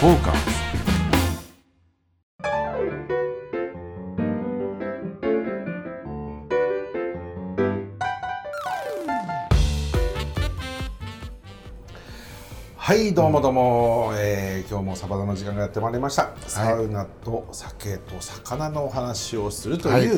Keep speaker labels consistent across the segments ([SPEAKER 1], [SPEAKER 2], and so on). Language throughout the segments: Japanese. [SPEAKER 1] フォーカスはいどうもどうも、えー今日もサバダの時間がやってまいりました、サウナと酒と魚のお話をするという、
[SPEAKER 2] はい
[SPEAKER 1] えー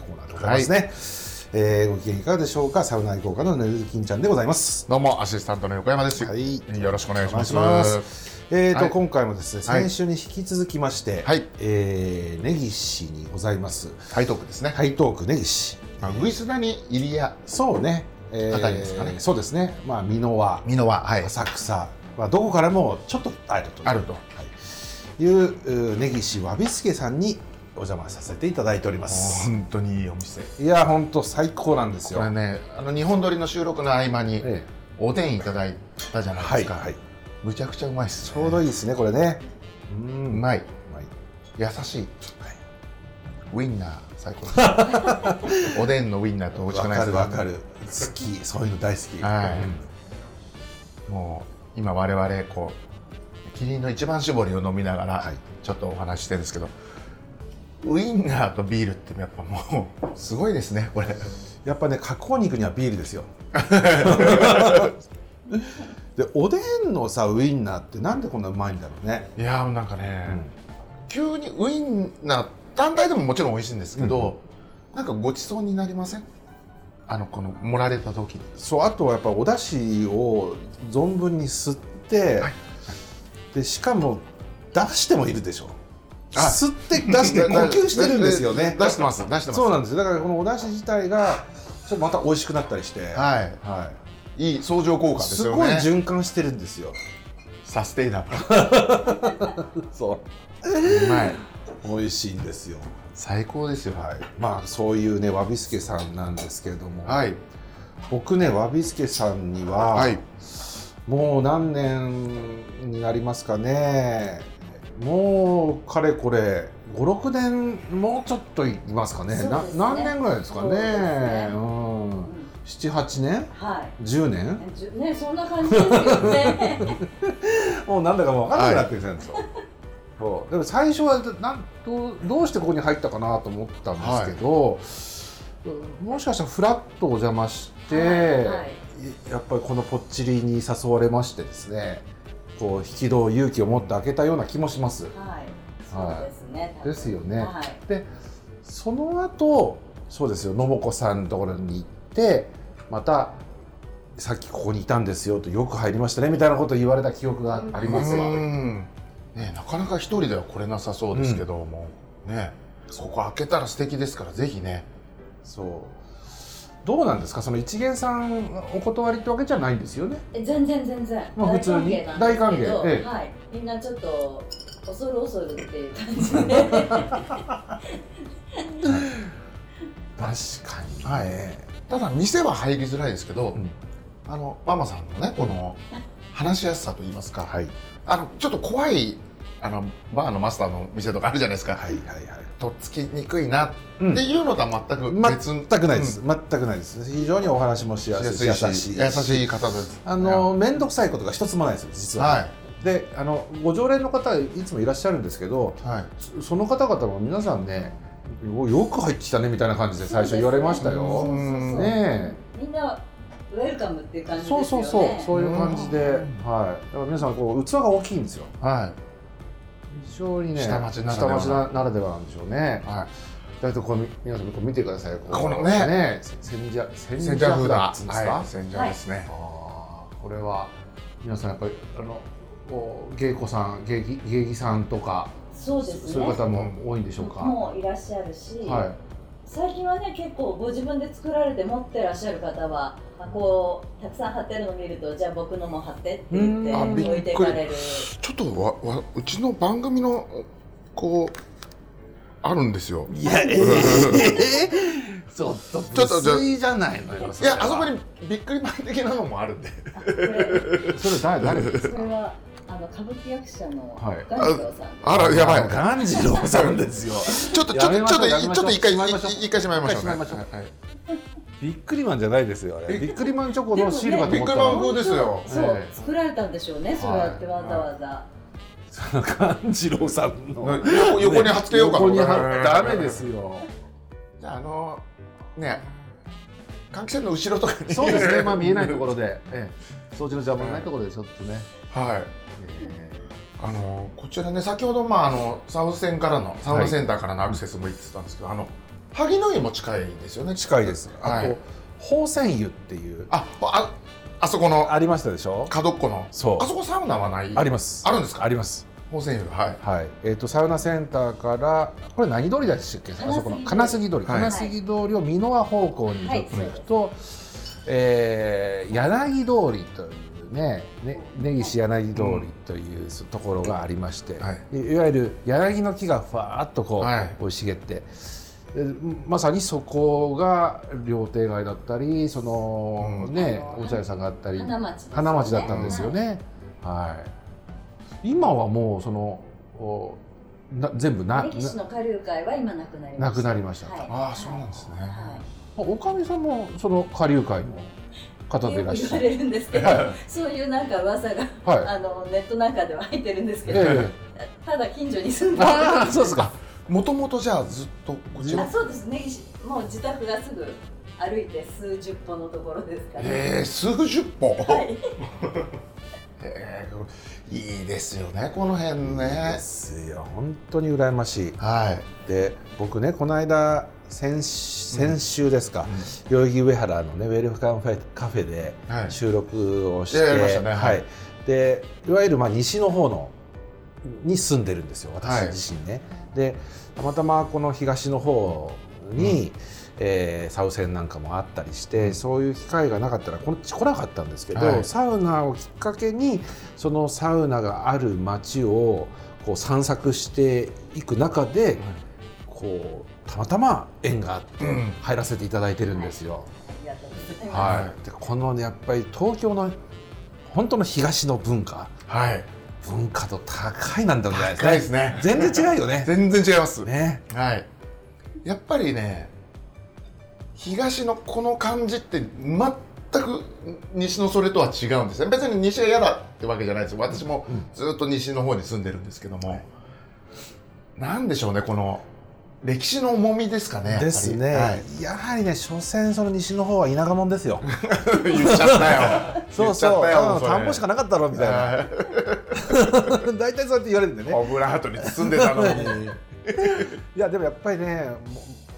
[SPEAKER 1] コーナーでございますね、えーご機嫌いかがでしょうかサウナ愛好家のねずきんちゃんでございます
[SPEAKER 2] どうもアシスタントの横山です。
[SPEAKER 1] はい
[SPEAKER 2] よろしくお願いします。
[SPEAKER 1] お願いしますえーと
[SPEAKER 2] はい
[SPEAKER 1] 今回もですね
[SPEAKER 2] はい
[SPEAKER 1] 先週に引き続きまして、
[SPEAKER 2] はい
[SPEAKER 1] えー、根岸にございます
[SPEAKER 2] タイトークですね。
[SPEAKER 1] 台東区根岸
[SPEAKER 2] まあウグイス谷、入谷、
[SPEAKER 1] そうね、え
[SPEAKER 2] あたりですかね
[SPEAKER 1] そうですねまあ美濃和
[SPEAKER 2] 美濃ははい
[SPEAKER 1] 浅草、まあ、どこからもちょっとあるという
[SPEAKER 2] あると
[SPEAKER 1] はい、いうう根岸侘助さんにお邪魔させていただいております
[SPEAKER 2] 本当にいいお店。
[SPEAKER 1] いや本当最高なんですよ
[SPEAKER 2] これねあの日本撮りの収録の合間に
[SPEAKER 1] え
[SPEAKER 2] おでんいただいたじゃ
[SPEAKER 1] え
[SPEAKER 2] ない
[SPEAKER 1] は
[SPEAKER 2] で
[SPEAKER 1] い、
[SPEAKER 2] すか。
[SPEAKER 1] はい、
[SPEAKER 2] むちゃくちゃうまいです、
[SPEAKER 1] ちょうどいい
[SPEAKER 2] い。
[SPEAKER 1] ですねこれねうんう
[SPEAKER 2] う
[SPEAKER 1] い
[SPEAKER 2] まい。
[SPEAKER 1] うまい
[SPEAKER 2] 優しい。ウインナー最高 です。おでんのウインナーと美味し
[SPEAKER 1] わ
[SPEAKER 2] くない
[SPEAKER 1] か
[SPEAKER 2] です
[SPEAKER 1] るわかる好きそういうの大好き、
[SPEAKER 2] はい
[SPEAKER 1] うん
[SPEAKER 2] もう今我々こうキリンの一番搾りを飲みながら、
[SPEAKER 1] はい
[SPEAKER 2] ちょっとお話ししてるんですけどウインナーとビールってやっぱもうすごいですねこれ
[SPEAKER 1] やっぱね加工肉にはビールです よでおでんのさウインナーってなんでこんなうまいんだろうね、
[SPEAKER 2] いやーなんかね、
[SPEAKER 1] うん
[SPEAKER 2] 急にウインナー単体でももちろん美味しいんですけど、なんかごちそうになりませんあのこの盛られた時に
[SPEAKER 1] そうあとはやっぱお出汁を存分に吸って、
[SPEAKER 2] はい
[SPEAKER 1] でしかも出してもいるでしょ
[SPEAKER 2] あ
[SPEAKER 1] 吸って 出 して呼吸してるんですよね
[SPEAKER 2] 出してます出してます
[SPEAKER 1] そうなんですよだからこのお出汁自体がちょっとまた美味しくなったりして、は
[SPEAKER 2] はい
[SPEAKER 1] い
[SPEAKER 2] いい相乗効果ですすよ
[SPEAKER 1] ごい
[SPEAKER 2] ね
[SPEAKER 1] 循環してるんです よ
[SPEAKER 2] サステイナブル
[SPEAKER 1] そう
[SPEAKER 2] まい
[SPEAKER 1] 美味しいんですよ
[SPEAKER 2] 最高ですよ
[SPEAKER 1] はい、まあそういうね侘助さんなんですけれども、
[SPEAKER 2] はい
[SPEAKER 1] 僕ね侘助さんには、
[SPEAKER 2] はい
[SPEAKER 1] もう何年になりますかねもうかれこれ56年もうちょっといますかねな
[SPEAKER 3] そうですね
[SPEAKER 1] 何年ぐらいですかね
[SPEAKER 3] そうですね
[SPEAKER 1] うん、78年
[SPEAKER 3] は
[SPEAKER 1] 10年
[SPEAKER 3] い。じゅね、そんな感じですよね。
[SPEAKER 1] もうなんだかもう分かんなくなってきたんですよ、そうでも最初はなんどうどうしてここに入ったかなと思ったんですけど、もしかしたらフラッとお邪魔して、
[SPEAKER 3] はいはい
[SPEAKER 1] やっぱりこのぽっちりに誘われましてですねこう引き戸を勇気を持って開けたような気もします
[SPEAKER 3] はい。そうですね。多分
[SPEAKER 1] ですよね
[SPEAKER 3] はい。
[SPEAKER 1] でその後そうですよ信子さんのところに行ってまたさっきここにいたんですよとよく入りましたねみたいなことを言われた記憶がありますわ、
[SPEAKER 2] うんね、なかなか一人では来れなさそうですけども、ねここ開けたら素敵ですからぜひね
[SPEAKER 1] そう。どうなんですか、その一元さんお断りってわけじゃないんですよね。
[SPEAKER 3] え全然全然。
[SPEAKER 1] まあ普通に
[SPEAKER 3] 大歓迎なんですけど
[SPEAKER 1] 大歓迎ええ
[SPEAKER 3] はい。みんなちょっと恐る恐るっていう感じで。
[SPEAKER 1] 確かにはい。
[SPEAKER 2] ただ店は入りづらいですけど、
[SPEAKER 1] うん
[SPEAKER 2] あのママさんのねこの話しやすさといいますか、
[SPEAKER 1] はい。
[SPEAKER 2] あのちょっと怖いあのバーのマスターの店とかあるじゃないですか、
[SPEAKER 1] はいはいはい。
[SPEAKER 2] とっつきにくいなっ
[SPEAKER 1] うん
[SPEAKER 2] ていうのとは全く別、
[SPEAKER 1] 全くないです、全くないです。非常にお話もしや
[SPEAKER 2] 優
[SPEAKER 1] す
[SPEAKER 2] し
[SPEAKER 1] い
[SPEAKER 2] い
[SPEAKER 1] 優
[SPEAKER 2] し
[SPEAKER 1] しい。
[SPEAKER 2] 優しい方です
[SPEAKER 1] あの面倒くさいことが一つもないです実は、
[SPEAKER 2] は
[SPEAKER 1] であのご常連の方いつもいらっしゃるんですけど
[SPEAKER 2] いはい
[SPEAKER 1] そその方々も皆さんねおよく入ってきたねみたいな感じで最初言われました
[SPEAKER 3] そう
[SPEAKER 1] よ、
[SPEAKER 3] です
[SPEAKER 2] う
[SPEAKER 3] ね
[SPEAKER 2] ん
[SPEAKER 3] そうそうそう
[SPEAKER 1] ねえ
[SPEAKER 3] みんなウェルカムっていう感じですよ
[SPEAKER 1] そ
[SPEAKER 3] ね。
[SPEAKER 1] うそうそうそういう感じで、
[SPEAKER 2] うん
[SPEAKER 1] はいだから皆さんこう器が大きいんですよ
[SPEAKER 2] は
[SPEAKER 1] 非常にね
[SPEAKER 2] 下町ならでは
[SPEAKER 1] 下町ならではなんでしょうね
[SPEAKER 2] い、はい
[SPEAKER 1] だってこうみ皆さんこう見てくださいこう
[SPEAKER 2] このね
[SPEAKER 1] せ千社千
[SPEAKER 2] 千
[SPEAKER 1] 社
[SPEAKER 2] 社
[SPEAKER 1] 札
[SPEAKER 2] 風
[SPEAKER 1] っ
[SPEAKER 2] だ
[SPEAKER 1] つうんですか、
[SPEAKER 2] はい、千社ですね、
[SPEAKER 1] あーこれは皆さんやっぱりあのお芸妓さん芸妓芸妓さんとか
[SPEAKER 3] そうですね。
[SPEAKER 1] そういう方も多いんでしょうか、
[SPEAKER 3] もういらっしゃるし、
[SPEAKER 1] は
[SPEAKER 3] 最近はね結構ご自分で作られて持ってらっしゃる方はあこうたくさん貼ってるの見るとじゃあ僕のも貼ってって言っ
[SPEAKER 1] う
[SPEAKER 3] て
[SPEAKER 1] んあ
[SPEAKER 2] びっくり
[SPEAKER 3] 置いていか れる
[SPEAKER 2] ちょっとわわうちの番組のこうあるんですよ
[SPEAKER 1] いいやええちょっと
[SPEAKER 2] ちょっとじゃあ
[SPEAKER 1] じゃないのよ
[SPEAKER 2] いやあそこにびっくりマン的なのもあるんで
[SPEAKER 3] あこれ
[SPEAKER 1] それ誰誰です
[SPEAKER 3] これはあの歌舞伎役者の
[SPEAKER 1] はい
[SPEAKER 3] ガンジロウさん、
[SPEAKER 2] あらやばい
[SPEAKER 1] 鴈治郎さんですよ
[SPEAKER 2] ちょっとちょ
[SPEAKER 1] や
[SPEAKER 2] っ
[SPEAKER 1] め
[SPEAKER 2] と
[SPEAKER 1] ま
[SPEAKER 2] ち
[SPEAKER 1] し
[SPEAKER 2] ょ
[SPEAKER 1] ょうやめましょう
[SPEAKER 2] っとちょっと一回
[SPEAKER 1] しまいましょう
[SPEAKER 2] 一回しまいましょう
[SPEAKER 1] 一回しまいましょう
[SPEAKER 2] はいはい
[SPEAKER 1] びっくりマンじゃないですよあれびっくりマンチョコのシールかと
[SPEAKER 2] ビ
[SPEAKER 1] 思っ
[SPEAKER 2] ッグ
[SPEAKER 1] た
[SPEAKER 2] マン
[SPEAKER 1] ら
[SPEAKER 2] 風ですよ
[SPEAKER 3] そう、
[SPEAKER 1] ええ
[SPEAKER 3] 作られたんでしょうねそうやってわざわざ、
[SPEAKER 4] その勘次郎さんの
[SPEAKER 2] 横横に貼っつけようか
[SPEAKER 4] 横に貼っダ
[SPEAKER 2] ダメ
[SPEAKER 4] メ
[SPEAKER 2] で
[SPEAKER 4] ですすよ
[SPEAKER 2] じゃああのね換気扇の後ろとかに
[SPEAKER 4] そうですねまあ見えないところ で、ええ、掃除の邪魔のないところでちょっとね、
[SPEAKER 2] はい
[SPEAKER 4] え
[SPEAKER 2] あのこちらね先ほどまああのサウス線からのサウナセンターからのアクセスもいいって言ってたんですけど、あの萩の湯も近いですよね
[SPEAKER 4] え近いですあ
[SPEAKER 2] は
[SPEAKER 4] と、
[SPEAKER 2] い
[SPEAKER 4] 宝泉湯っていう
[SPEAKER 2] あああそこの
[SPEAKER 4] ありましたでしょ
[SPEAKER 2] 角っこの
[SPEAKER 4] そう
[SPEAKER 2] あそこサウナはない
[SPEAKER 4] あります
[SPEAKER 2] あるんですか
[SPEAKER 4] あります
[SPEAKER 2] 宝泉湯がはい
[SPEAKER 4] はいえー、とサウナセンターからこれ何通りだっけあそこの金
[SPEAKER 3] 金
[SPEAKER 4] 杉
[SPEAKER 3] 杉通
[SPEAKER 4] 通
[SPEAKER 3] り
[SPEAKER 4] り金杉通りを箕輪方向にちょっと行くと、えー柳通りというねね根岸柳通りというところがありまして、
[SPEAKER 2] はい
[SPEAKER 4] い、わゆる柳の木がふわーっとこう、
[SPEAKER 2] はい
[SPEAKER 4] 生い茂って。でまさにそこが料亭街だったりその、
[SPEAKER 2] うん
[SPEAKER 4] ねお茶屋さんがあったり
[SPEAKER 3] 花町ですよね
[SPEAKER 4] 花町だったんですよね。はい。今はもうそのおな全部な
[SPEAKER 3] 歴史の下流会は今なくなりました
[SPEAKER 4] なくなりました
[SPEAKER 3] はい
[SPEAKER 2] ああそうなんですね、
[SPEAKER 3] はい
[SPEAKER 4] おかみさんもその下流会の方でいら
[SPEAKER 3] よ
[SPEAKER 4] っ
[SPEAKER 3] く言
[SPEAKER 4] しゃ
[SPEAKER 3] わ
[SPEAKER 4] る。
[SPEAKER 3] れるんです けど、そういうなんか噂が、
[SPEAKER 4] はい。
[SPEAKER 3] あのネットなんかでは入ってるんですけど、
[SPEAKER 4] え
[SPEAKER 3] ただ近所に住ん
[SPEAKER 4] え。
[SPEAKER 3] でる。
[SPEAKER 4] ああそうですか。
[SPEAKER 2] もともとじゃあずっとこちら
[SPEAKER 3] あ、そうですね。もう自宅がすぐ歩いて数十歩のところですから。
[SPEAKER 2] えー、数十本、
[SPEAKER 3] はい。
[SPEAKER 2] えーいいですよねこの辺
[SPEAKER 4] で
[SPEAKER 2] ね
[SPEAKER 4] すよ本当に羨ましい。
[SPEAKER 2] はい
[SPEAKER 4] で僕ねこの間先先週ですか、代々木上原のねウェルフカムフェカフェで
[SPEAKER 2] はい
[SPEAKER 4] 収録をして、
[SPEAKER 2] やりましたねはい
[SPEAKER 4] い、でいわゆるまあ西の方のに住んでるんですよ私
[SPEAKER 2] はい
[SPEAKER 4] 自身ね。でたまたまこの東の方に、えーサウセンなんかもあったりして、そういう機会がなかったらこっち来なかったんですけど、
[SPEAKER 2] はい
[SPEAKER 4] サウナをきっかけにそのサウナがある街をこう散策していく中で、こうたまたま縁があって
[SPEAKER 2] うん
[SPEAKER 4] 入らせていただいてるんですよ。
[SPEAKER 3] ありがとうございます。
[SPEAKER 4] はい、でこのねやっぱり東京の本当の東の文化
[SPEAKER 2] はい
[SPEAKER 4] 文化と高いなんだろうじゃないですか
[SPEAKER 2] 高いですね
[SPEAKER 4] 全然違うよね
[SPEAKER 2] 全然違います
[SPEAKER 4] ね
[SPEAKER 2] はいやっぱりね東のこの感じって全く西のそれとは違うんですね別に西が嫌だってわけじゃないですよ私もずっと西の方に住んでるんですけども、なんでしょうねこの歴史の重みですかねやっぱり
[SPEAKER 4] ですね、
[SPEAKER 2] は
[SPEAKER 4] やはりね所詮その西の方は田舎者ですよ
[SPEAKER 2] い、 言っちゃったよ
[SPEAKER 4] そうそう
[SPEAKER 2] 言っちゃ
[SPEAKER 4] あ
[SPEAKER 2] っ
[SPEAKER 4] あ
[SPEAKER 2] たよ
[SPEAKER 4] 田んぼしかなかった ろみ
[SPEAKER 2] み
[SPEAKER 4] たいな
[SPEAKER 2] な
[SPEAKER 4] 大体そうやって言われるんでね
[SPEAKER 2] オブラートに包んでたの に
[SPEAKER 4] いやでもやっぱりね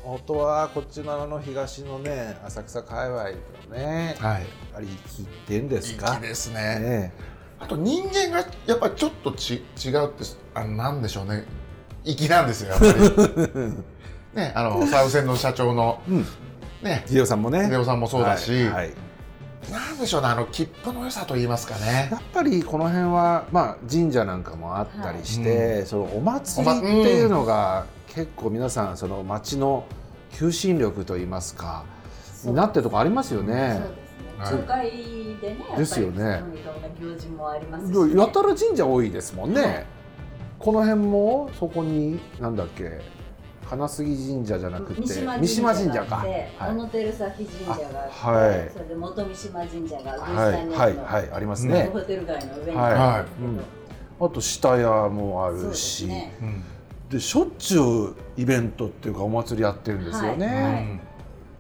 [SPEAKER 4] も元はこっちのあの東のね浅草界隈のねやっ
[SPEAKER 2] はい
[SPEAKER 4] ぱり生きてんですか
[SPEAKER 2] 粋ですね
[SPEAKER 4] ね
[SPEAKER 2] あと人間がやっぱりちょっとち違うってあのなんでしょうね粋なんですよやっぱり ねあのサウセンの社長の
[SPEAKER 4] うん
[SPEAKER 2] ね
[SPEAKER 4] 秀夫さんもね
[SPEAKER 2] 秀夫さんもそうだし、
[SPEAKER 4] はいはい
[SPEAKER 2] なんでしょうねあの切符の良さと言いますかね
[SPEAKER 4] やっぱりこの辺は、まあ、神社なんかもあったりして、
[SPEAKER 2] は
[SPEAKER 4] そのお祭りっていうのが結構皆さんその町の求心力といいますか、
[SPEAKER 3] そう
[SPEAKER 4] なってるとこありますよ
[SPEAKER 3] そう
[SPEAKER 4] ね
[SPEAKER 3] で。すね。
[SPEAKER 2] はい
[SPEAKER 3] 町会でね、やっぱり
[SPEAKER 4] ですよね
[SPEAKER 3] そのいろんな行事もありますし、
[SPEAKER 4] でやたら神社多いですもんね。この辺もそこになんだっけ金杉神社じゃなくて
[SPEAKER 3] 三島
[SPEAKER 4] 三島神
[SPEAKER 3] 神
[SPEAKER 4] 社
[SPEAKER 3] 社があ
[SPEAKER 4] か。
[SPEAKER 3] っ
[SPEAKER 4] は
[SPEAKER 3] て
[SPEAKER 4] い、
[SPEAKER 3] 小野照崎神社があって、
[SPEAKER 4] あはい
[SPEAKER 3] それで元三島神社が上
[SPEAKER 4] は
[SPEAKER 3] 下
[SPEAKER 4] い
[SPEAKER 3] に
[SPEAKER 4] は
[SPEAKER 3] あ
[SPEAKER 4] い
[SPEAKER 3] るの、
[SPEAKER 4] はいありますね。
[SPEAKER 3] ホテル街の上
[SPEAKER 2] い
[SPEAKER 3] にあるんです
[SPEAKER 4] は
[SPEAKER 3] けど、
[SPEAKER 4] はいうんあと下屋もあ
[SPEAKER 3] そう
[SPEAKER 4] る
[SPEAKER 3] で
[SPEAKER 4] し
[SPEAKER 3] すね。
[SPEAKER 2] うん、
[SPEAKER 4] でしょっちゅうイベントっていうかお祭りやってるんですよね。
[SPEAKER 3] はいは
[SPEAKER 2] う
[SPEAKER 3] い
[SPEAKER 2] ん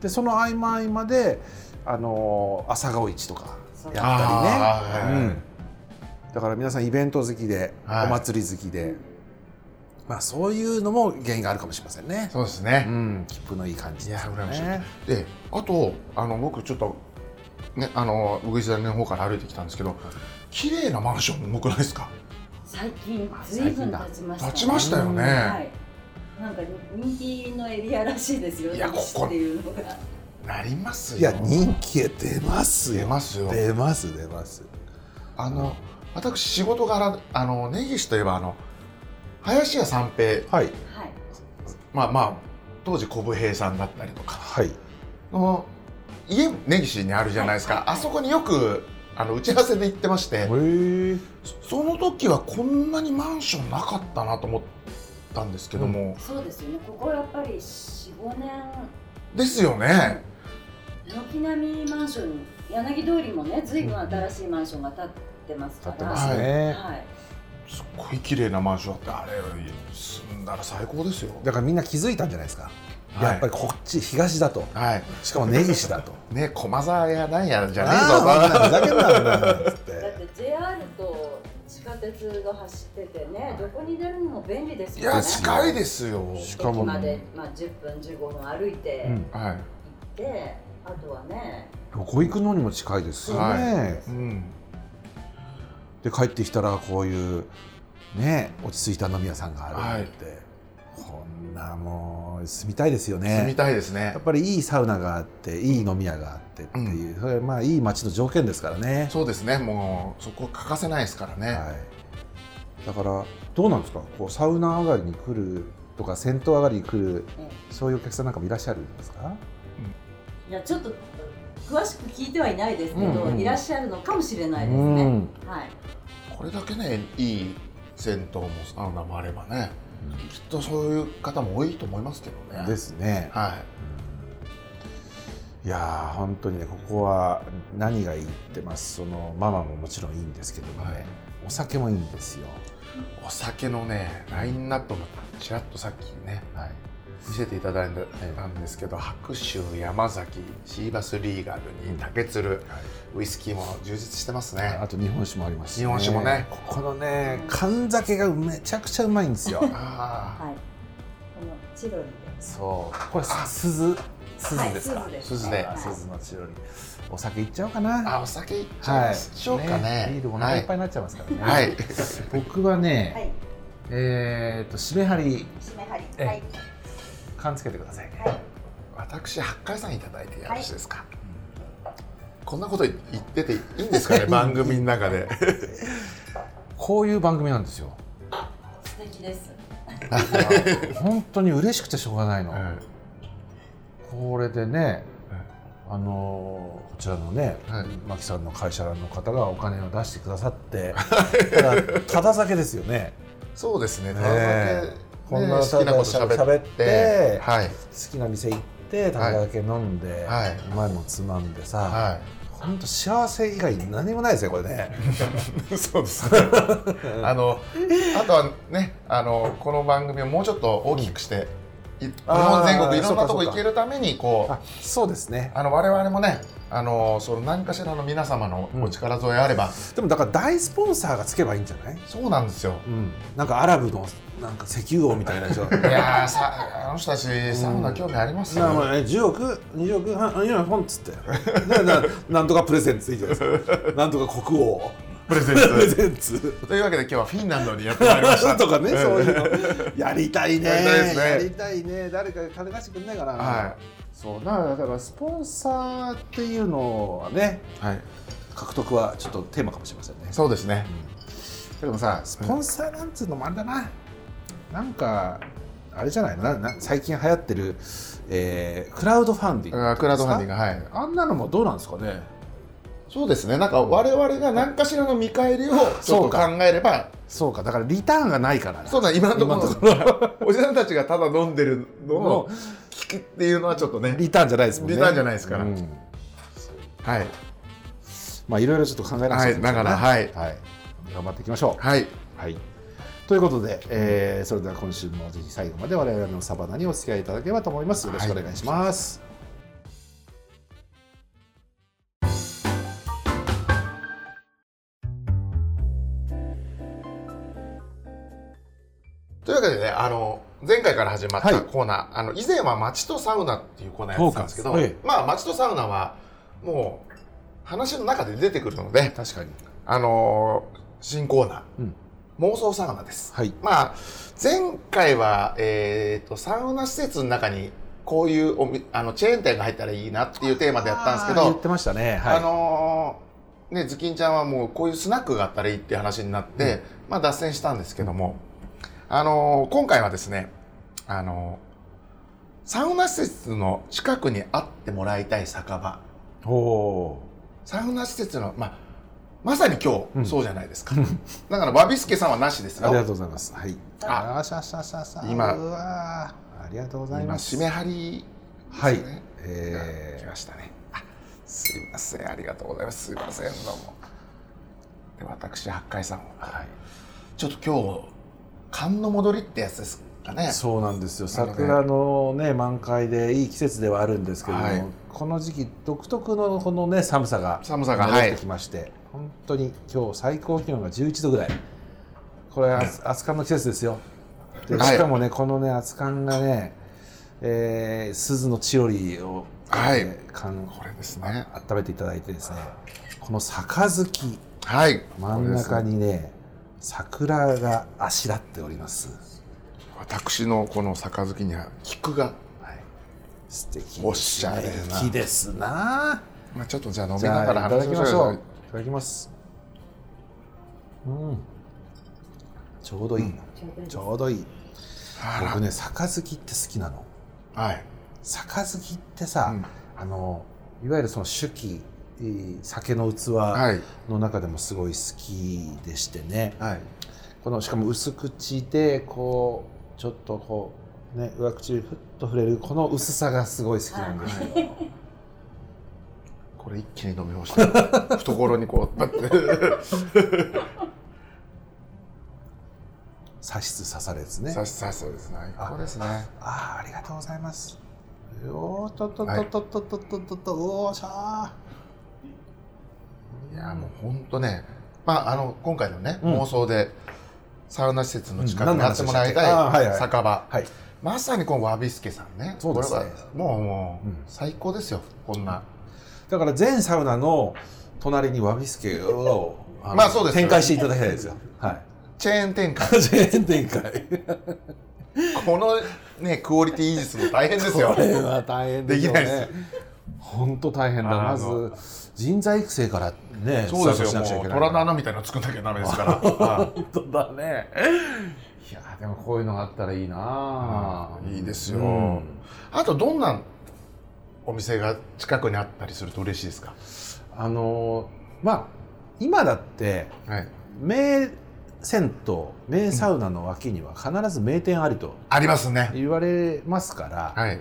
[SPEAKER 4] でその合間合間で、あのー朝顔市とか
[SPEAKER 3] そう
[SPEAKER 4] やっ
[SPEAKER 2] あー
[SPEAKER 4] た
[SPEAKER 2] はい
[SPEAKER 4] り
[SPEAKER 2] は
[SPEAKER 4] ね、
[SPEAKER 2] い
[SPEAKER 4] うん、だから皆さんイベント好きで、
[SPEAKER 2] はい
[SPEAKER 4] お祭り好きで、まあ、そういうのも原因があるかもしれませんね。
[SPEAKER 2] そうですね
[SPEAKER 4] う、ん、切符のいい感じ
[SPEAKER 2] い
[SPEAKER 4] で
[SPEAKER 2] や
[SPEAKER 4] すよ
[SPEAKER 2] 羨ましい
[SPEAKER 4] ね。
[SPEAKER 2] であとあの僕ちょっとねあの僕石谷の方から歩いてきたんですけど綺麗なマンション多くないですか
[SPEAKER 3] 最近
[SPEAKER 4] あ
[SPEAKER 3] ずい
[SPEAKER 4] 最
[SPEAKER 3] ぶ
[SPEAKER 4] 近
[SPEAKER 3] ん
[SPEAKER 4] だ
[SPEAKER 3] 経ちました、
[SPEAKER 2] 立ちましたよね、
[SPEAKER 3] はい。なんか人気のエリアらしいですよ。
[SPEAKER 2] いやここ
[SPEAKER 3] っていうのが。
[SPEAKER 2] なりますよ
[SPEAKER 4] いや人気出ます
[SPEAKER 2] 出
[SPEAKER 4] よ。
[SPEAKER 2] ますよ
[SPEAKER 4] 出ます出ます。
[SPEAKER 2] あの私仕事柄あの根岸といえばあの林家三平
[SPEAKER 4] はい
[SPEAKER 3] はい。
[SPEAKER 2] まあまあ当時小武平さんだったりとか
[SPEAKER 4] はい。
[SPEAKER 2] の家根岸にあるじゃないですか、
[SPEAKER 3] はいは
[SPEAKER 2] あ
[SPEAKER 3] い
[SPEAKER 2] そこによくあの打ち合わせで行ってまして、
[SPEAKER 4] え。
[SPEAKER 2] その時はこんなにマンションなかったなと思ったんですけども、
[SPEAKER 3] そうですよね。ここやっぱり四五年
[SPEAKER 2] ですよね
[SPEAKER 3] 軒並みマンション柳通りもね、ずいぶん新しいマンションが建ってます
[SPEAKER 4] 立
[SPEAKER 3] か
[SPEAKER 4] って
[SPEAKER 3] ら。
[SPEAKER 4] ます
[SPEAKER 3] は
[SPEAKER 4] ね。
[SPEAKER 3] い。
[SPEAKER 2] すっごい綺麗なマンションあってあれ住んだら最高ですよ
[SPEAKER 4] だからみんな気づいたんじゃないですか、
[SPEAKER 2] はい
[SPEAKER 4] やっぱりこっち東だと
[SPEAKER 2] はい
[SPEAKER 4] しかも根岸 だと
[SPEAKER 2] ね駒沢やなんやじゃねえぞ
[SPEAKER 4] あーそんなふざけんなよなっつっ
[SPEAKER 3] だってて JR と地下鉄が走っててねどこに出るのも便利です
[SPEAKER 2] い
[SPEAKER 3] よ
[SPEAKER 2] や
[SPEAKER 3] ね
[SPEAKER 2] 近いですよ
[SPEAKER 4] しか
[SPEAKER 3] 駅
[SPEAKER 4] も
[SPEAKER 3] まで、まあ、10分15分歩いて
[SPEAKER 4] う
[SPEAKER 3] 行っ
[SPEAKER 4] ん
[SPEAKER 2] は
[SPEAKER 3] て、あとはね
[SPEAKER 4] どこ行くのにも近いですよね、
[SPEAKER 2] い、うん、
[SPEAKER 4] で帰ってきたらこういうね落ち着いた飲み屋さんがあるって、こんなもう住みたいですよ
[SPEAKER 2] 住み
[SPEAKER 4] ね
[SPEAKER 2] たいですね
[SPEAKER 4] やっぱりいいサウナがあっていい飲み屋があってっていう、それはまあいい街の条件ですからね、
[SPEAKER 2] そうですねもうそこ欠かせないですからね、
[SPEAKER 4] はい、だからどうなんですかこうサウナ上がりに来るとか銭湯上がりに来る
[SPEAKER 3] うん
[SPEAKER 4] そういうお客さんなんかもいらっしゃるんですか
[SPEAKER 3] いやちょっと詳しく聞いてはいないですけど、
[SPEAKER 4] うんうん
[SPEAKER 3] いらっしゃるのかもしれないです
[SPEAKER 4] う
[SPEAKER 3] ね、
[SPEAKER 4] ん
[SPEAKER 3] はい、
[SPEAKER 2] これだけねいい銭湯もサウナもあればねきっとそういう方も多いと思いますけどね
[SPEAKER 4] ですね、
[SPEAKER 2] はい
[SPEAKER 4] いやー本当にねここは何が言ってますそのママももちろんいいんですけどもね、
[SPEAKER 2] はい
[SPEAKER 4] お酒もいいんですよ
[SPEAKER 2] お酒のねラインナップもちらっとさっきね、見せていただいたんですけど、白州山崎シーバスリーガルに竹鶴、ウイスキーも充実してますね
[SPEAKER 4] あと日本酒もありますし、
[SPEAKER 2] 日本酒もね
[SPEAKER 4] ここのね缶酒がめちゃくちゃうまいんですよ
[SPEAKER 2] あ
[SPEAKER 3] はい、このチロルで
[SPEAKER 4] そうこれさ鈴鈴ですか、
[SPEAKER 3] はい、鈴で
[SPEAKER 2] あ
[SPEAKER 3] す
[SPEAKER 2] 鈴で
[SPEAKER 4] あ鈴の千鳥お酒いっちゃおうかな
[SPEAKER 2] あお酒いっちゃいますしょうかね
[SPEAKER 4] ビールお
[SPEAKER 2] は
[SPEAKER 4] 腹いっ
[SPEAKER 2] い
[SPEAKER 4] ぱいになっちゃいますからね、
[SPEAKER 2] はい
[SPEAKER 4] 僕はね、
[SPEAKER 3] はい
[SPEAKER 4] えー、と締め張り
[SPEAKER 3] 締め張
[SPEAKER 4] え
[SPEAKER 3] りはい
[SPEAKER 4] 缶つけてくださいね、
[SPEAKER 3] はい
[SPEAKER 2] 私八海さんいただいてよろしいですか、こんなこと言っててい いんですかね番組の中で
[SPEAKER 4] こういう番組なんで すよ
[SPEAKER 3] 素敵です
[SPEAKER 4] 本当に嬉しくてしょうがないの、
[SPEAKER 2] はい
[SPEAKER 4] これでね、あのーこちらのね、
[SPEAKER 2] はい
[SPEAKER 4] 牧さんの会社の方がお金を出してくだ さって、ただただ酒ですよね。
[SPEAKER 2] そうですね。
[SPEAKER 4] ね
[SPEAKER 2] ただ酒ね
[SPEAKER 4] こんな
[SPEAKER 2] 好きなこと
[SPEAKER 4] ただ
[SPEAKER 2] 喋って
[SPEAKER 4] 喋って
[SPEAKER 2] はい
[SPEAKER 4] 好きな店行って、ただ酒飲んで、
[SPEAKER 2] はい。
[SPEAKER 4] うまいもんつまんでさ、
[SPEAKER 2] は
[SPEAKER 4] 本当幸せ以外に何もないですよこれね。
[SPEAKER 2] い。そうですね。あのあとはねあのこの番組をもうちょっと大きくして、い日
[SPEAKER 4] あ
[SPEAKER 2] 本
[SPEAKER 4] ー
[SPEAKER 2] 全国いろんなと
[SPEAKER 4] そう
[SPEAKER 2] こ
[SPEAKER 4] かそうか
[SPEAKER 2] 行けるためにこう
[SPEAKER 4] あ、そうですね。
[SPEAKER 2] あの我々もねあのその何かしらの皆様のお力添えあれば、
[SPEAKER 4] でもだから大スポンサーがつけばいいんじゃない？
[SPEAKER 2] そうなんですよ。
[SPEAKER 4] うん。なんかアラブのなんか石油王みたいな人。
[SPEAKER 2] いやーさあの人たちサウナ興味あります
[SPEAKER 4] な
[SPEAKER 2] よ、
[SPEAKER 4] もうね10億20億半4億本っつって なななんとかプレゼンツいいじゃないです かなんとか国王
[SPEAKER 2] プレゼン
[SPEAKER 4] プレ
[SPEAKER 2] ト。
[SPEAKER 4] ゼンツ。
[SPEAKER 2] というわけで今日はフィンランドにやってまいりました
[SPEAKER 4] とかねそういうのやりたいね
[SPEAKER 2] やりたいですね
[SPEAKER 4] やりたいね誰か金出してくんないかな、
[SPEAKER 2] は
[SPEAKER 4] そうだからだからスポンサーっていうのはね
[SPEAKER 2] い、はい、
[SPEAKER 4] 獲得はちょっとテーマかもしれませんね
[SPEAKER 2] そうですね。でもさ、
[SPEAKER 4] スポンサーなんつうのもあれだななんかあれじゃないのなな最近流行ってる、えークラウドファンディング
[SPEAKER 2] あクラウドファンディングはい
[SPEAKER 4] あんなのもどうなんですかね
[SPEAKER 2] そうですねなんか我々が何かしらの見返りをち
[SPEAKER 4] そ
[SPEAKER 2] ょ
[SPEAKER 4] う
[SPEAKER 2] っと
[SPEAKER 4] か
[SPEAKER 2] 考えれば
[SPEAKER 4] そうかだからリターンがないから
[SPEAKER 2] そうだ今のとこ
[SPEAKER 4] 今のと
[SPEAKER 2] ろ おじさんたちがただ飲んでるの
[SPEAKER 4] も
[SPEAKER 2] を聞くっていうのはちょっとね
[SPEAKER 4] リターンじゃないですもんね
[SPEAKER 2] リターンじゃないですから
[SPEAKER 4] うん
[SPEAKER 2] はい
[SPEAKER 4] まあいろいろちょっと考えな
[SPEAKER 2] はいだからはい
[SPEAKER 4] はい、頑張っていきましょう
[SPEAKER 2] はい
[SPEAKER 4] はいということで、えーそれでは今週もぜひ最後まで我々のサバナにお付き合いいただければと思いますよろしくお願いします、
[SPEAKER 2] というわけでねあの前回から始まっ
[SPEAKER 4] はい
[SPEAKER 2] たコーナー、あの以前は「街とサウナ」っていうコーナーやってたんですけど、
[SPEAKER 4] そうかはい
[SPEAKER 2] まあ街とサウナはもう話の中で出てくるので
[SPEAKER 4] 確かに
[SPEAKER 2] あのー新コーナー、
[SPEAKER 4] うん
[SPEAKER 2] 妄想サウナです
[SPEAKER 4] はい
[SPEAKER 2] まあ、前回は、えー、とサウナ施設の中にこういうおみあのチェーン店が入ったらいいなっていうテーマでやったんですけ
[SPEAKER 4] あー言
[SPEAKER 2] ど
[SPEAKER 4] ってましたね
[SPEAKER 2] あ、
[SPEAKER 4] はい
[SPEAKER 2] のーねズキンちゃんはもうこういうスナックがあったらいいっていう話になって、まあ、脱線したんですけども、あのー今回はですね、あのーサウナ施設の近くにあってもらいたい酒場
[SPEAKER 4] お
[SPEAKER 2] サウナ施設の、まあ、まさに今
[SPEAKER 4] うん
[SPEAKER 2] 日そうじゃないですか、だからわびすけさんはなしです
[SPEAKER 4] ーありがと
[SPEAKER 2] よ
[SPEAKER 4] うございますはい
[SPEAKER 2] あ
[SPEAKER 4] あしゃしゃしゃしゃ
[SPEAKER 2] 今
[SPEAKER 4] うわーありがとうござい
[SPEAKER 2] 今
[SPEAKER 4] ます
[SPEAKER 2] 締め張り
[SPEAKER 4] はい
[SPEAKER 2] ですね
[SPEAKER 4] え
[SPEAKER 2] 来ましたね。あすいません、ありがとうございます。すいません、どうも。で、私、八海さんを、
[SPEAKER 4] ーはい
[SPEAKER 2] ちょっと今日寒の戻りってやつですかね
[SPEAKER 4] そうなんですよ
[SPEAKER 2] なので
[SPEAKER 4] 桜のね満開でいい季節ではあるんですけれども、
[SPEAKER 2] はい
[SPEAKER 4] この時期独特のこのね寒さが
[SPEAKER 2] 寒さがは
[SPEAKER 4] 戻って
[SPEAKER 2] い
[SPEAKER 4] きまして、本当に今日最高気温が11度ぐらいこれは暑寒の季節ですよで
[SPEAKER 2] はい
[SPEAKER 4] しかもねこのね暑寒がね、えー、鈴の千織を、
[SPEAKER 2] はい
[SPEAKER 4] えーかん
[SPEAKER 2] これですね
[SPEAKER 4] 温めていただいてですねこの杯
[SPEAKER 2] はい
[SPEAKER 4] 真ん中にね桜があしらっております、
[SPEAKER 2] 私のこの杯には菊が、
[SPEAKER 4] はい、素敵
[SPEAKER 2] おしゃれな
[SPEAKER 4] 素敵ですな
[SPEAKER 2] まあ、ちょっとじゃあ飲み
[SPEAKER 4] じゃ
[SPEAKER 2] な
[SPEAKER 4] あ
[SPEAKER 2] がら
[SPEAKER 4] いただ
[SPEAKER 2] 話し
[SPEAKER 4] きま
[SPEAKER 2] ま
[SPEAKER 4] し
[SPEAKER 2] し
[SPEAKER 4] ょ
[SPEAKER 2] ょ
[SPEAKER 4] ういうただきますうんちょうどいい、
[SPEAKER 3] ちょうどいいで
[SPEAKER 4] ち
[SPEAKER 3] す
[SPEAKER 4] ょうどいい
[SPEAKER 2] あ
[SPEAKER 4] 僕ね杯って好きなの
[SPEAKER 2] らはい、
[SPEAKER 4] 杯ってさ、
[SPEAKER 2] うん
[SPEAKER 4] あのいわゆるその酒器えー酒の器
[SPEAKER 2] はい
[SPEAKER 4] の中でもすごい好きでしてね、
[SPEAKER 2] はい
[SPEAKER 4] このしかも薄口でこうちょっとこうね上口にふっと触れるこの薄さがすごい好きなんですよ、
[SPEAKER 2] これ一気に飲み干した 懐にこうバッて
[SPEAKER 4] 差しつ刺されずね
[SPEAKER 2] 刺す刺すですね
[SPEAKER 4] あ
[SPEAKER 2] これですね
[SPEAKER 4] ああありがとうございますよーとっとっとっとっとっとっとっとおーしゃ
[SPEAKER 2] いやもう本当ね、まあ、あの今回のね、
[SPEAKER 4] うん
[SPEAKER 2] 妄想でサウナ施設の近く
[SPEAKER 4] うん
[SPEAKER 2] にやってもらいたい、
[SPEAKER 4] 何の話でしたっけあはいはい
[SPEAKER 2] 酒場
[SPEAKER 4] ーはい
[SPEAKER 2] まさにこのわびすけさんね
[SPEAKER 4] そうですね
[SPEAKER 2] これはもうもう、
[SPEAKER 4] うん
[SPEAKER 2] 最高ですよこんな
[SPEAKER 4] だから全サウナの隣にわびすけをの
[SPEAKER 2] まあそうですよ
[SPEAKER 4] 展開していただきたいですよは
[SPEAKER 2] チェーン展開
[SPEAKER 4] い全展開
[SPEAKER 2] このねクオリティ維持するの大変ですよ
[SPEAKER 4] これは大変でしょう
[SPEAKER 2] できない
[SPEAKER 4] ね。本当大変だ。
[SPEAKER 2] あ
[SPEAKER 4] ま
[SPEAKER 2] の
[SPEAKER 4] ず人材育成からね、
[SPEAKER 2] そうで
[SPEAKER 4] ス
[SPEAKER 2] すよ
[SPEAKER 4] タートしなくちゃい
[SPEAKER 2] もう
[SPEAKER 4] けない
[SPEAKER 2] 虎の穴みたいなの作んなきゃダメですから は
[SPEAKER 4] 本当だね。いやでもこういうのがあったらいいな。
[SPEAKER 2] いいいですよ、
[SPEAKER 4] うん
[SPEAKER 2] あとどんなお店が近くにあったりすると嬉しいですか
[SPEAKER 4] あのまあ今だって
[SPEAKER 2] はい
[SPEAKER 4] 名銭湯、名サウナの脇には必ず名店ありと
[SPEAKER 2] ありますね
[SPEAKER 4] 言われますから、
[SPEAKER 2] はい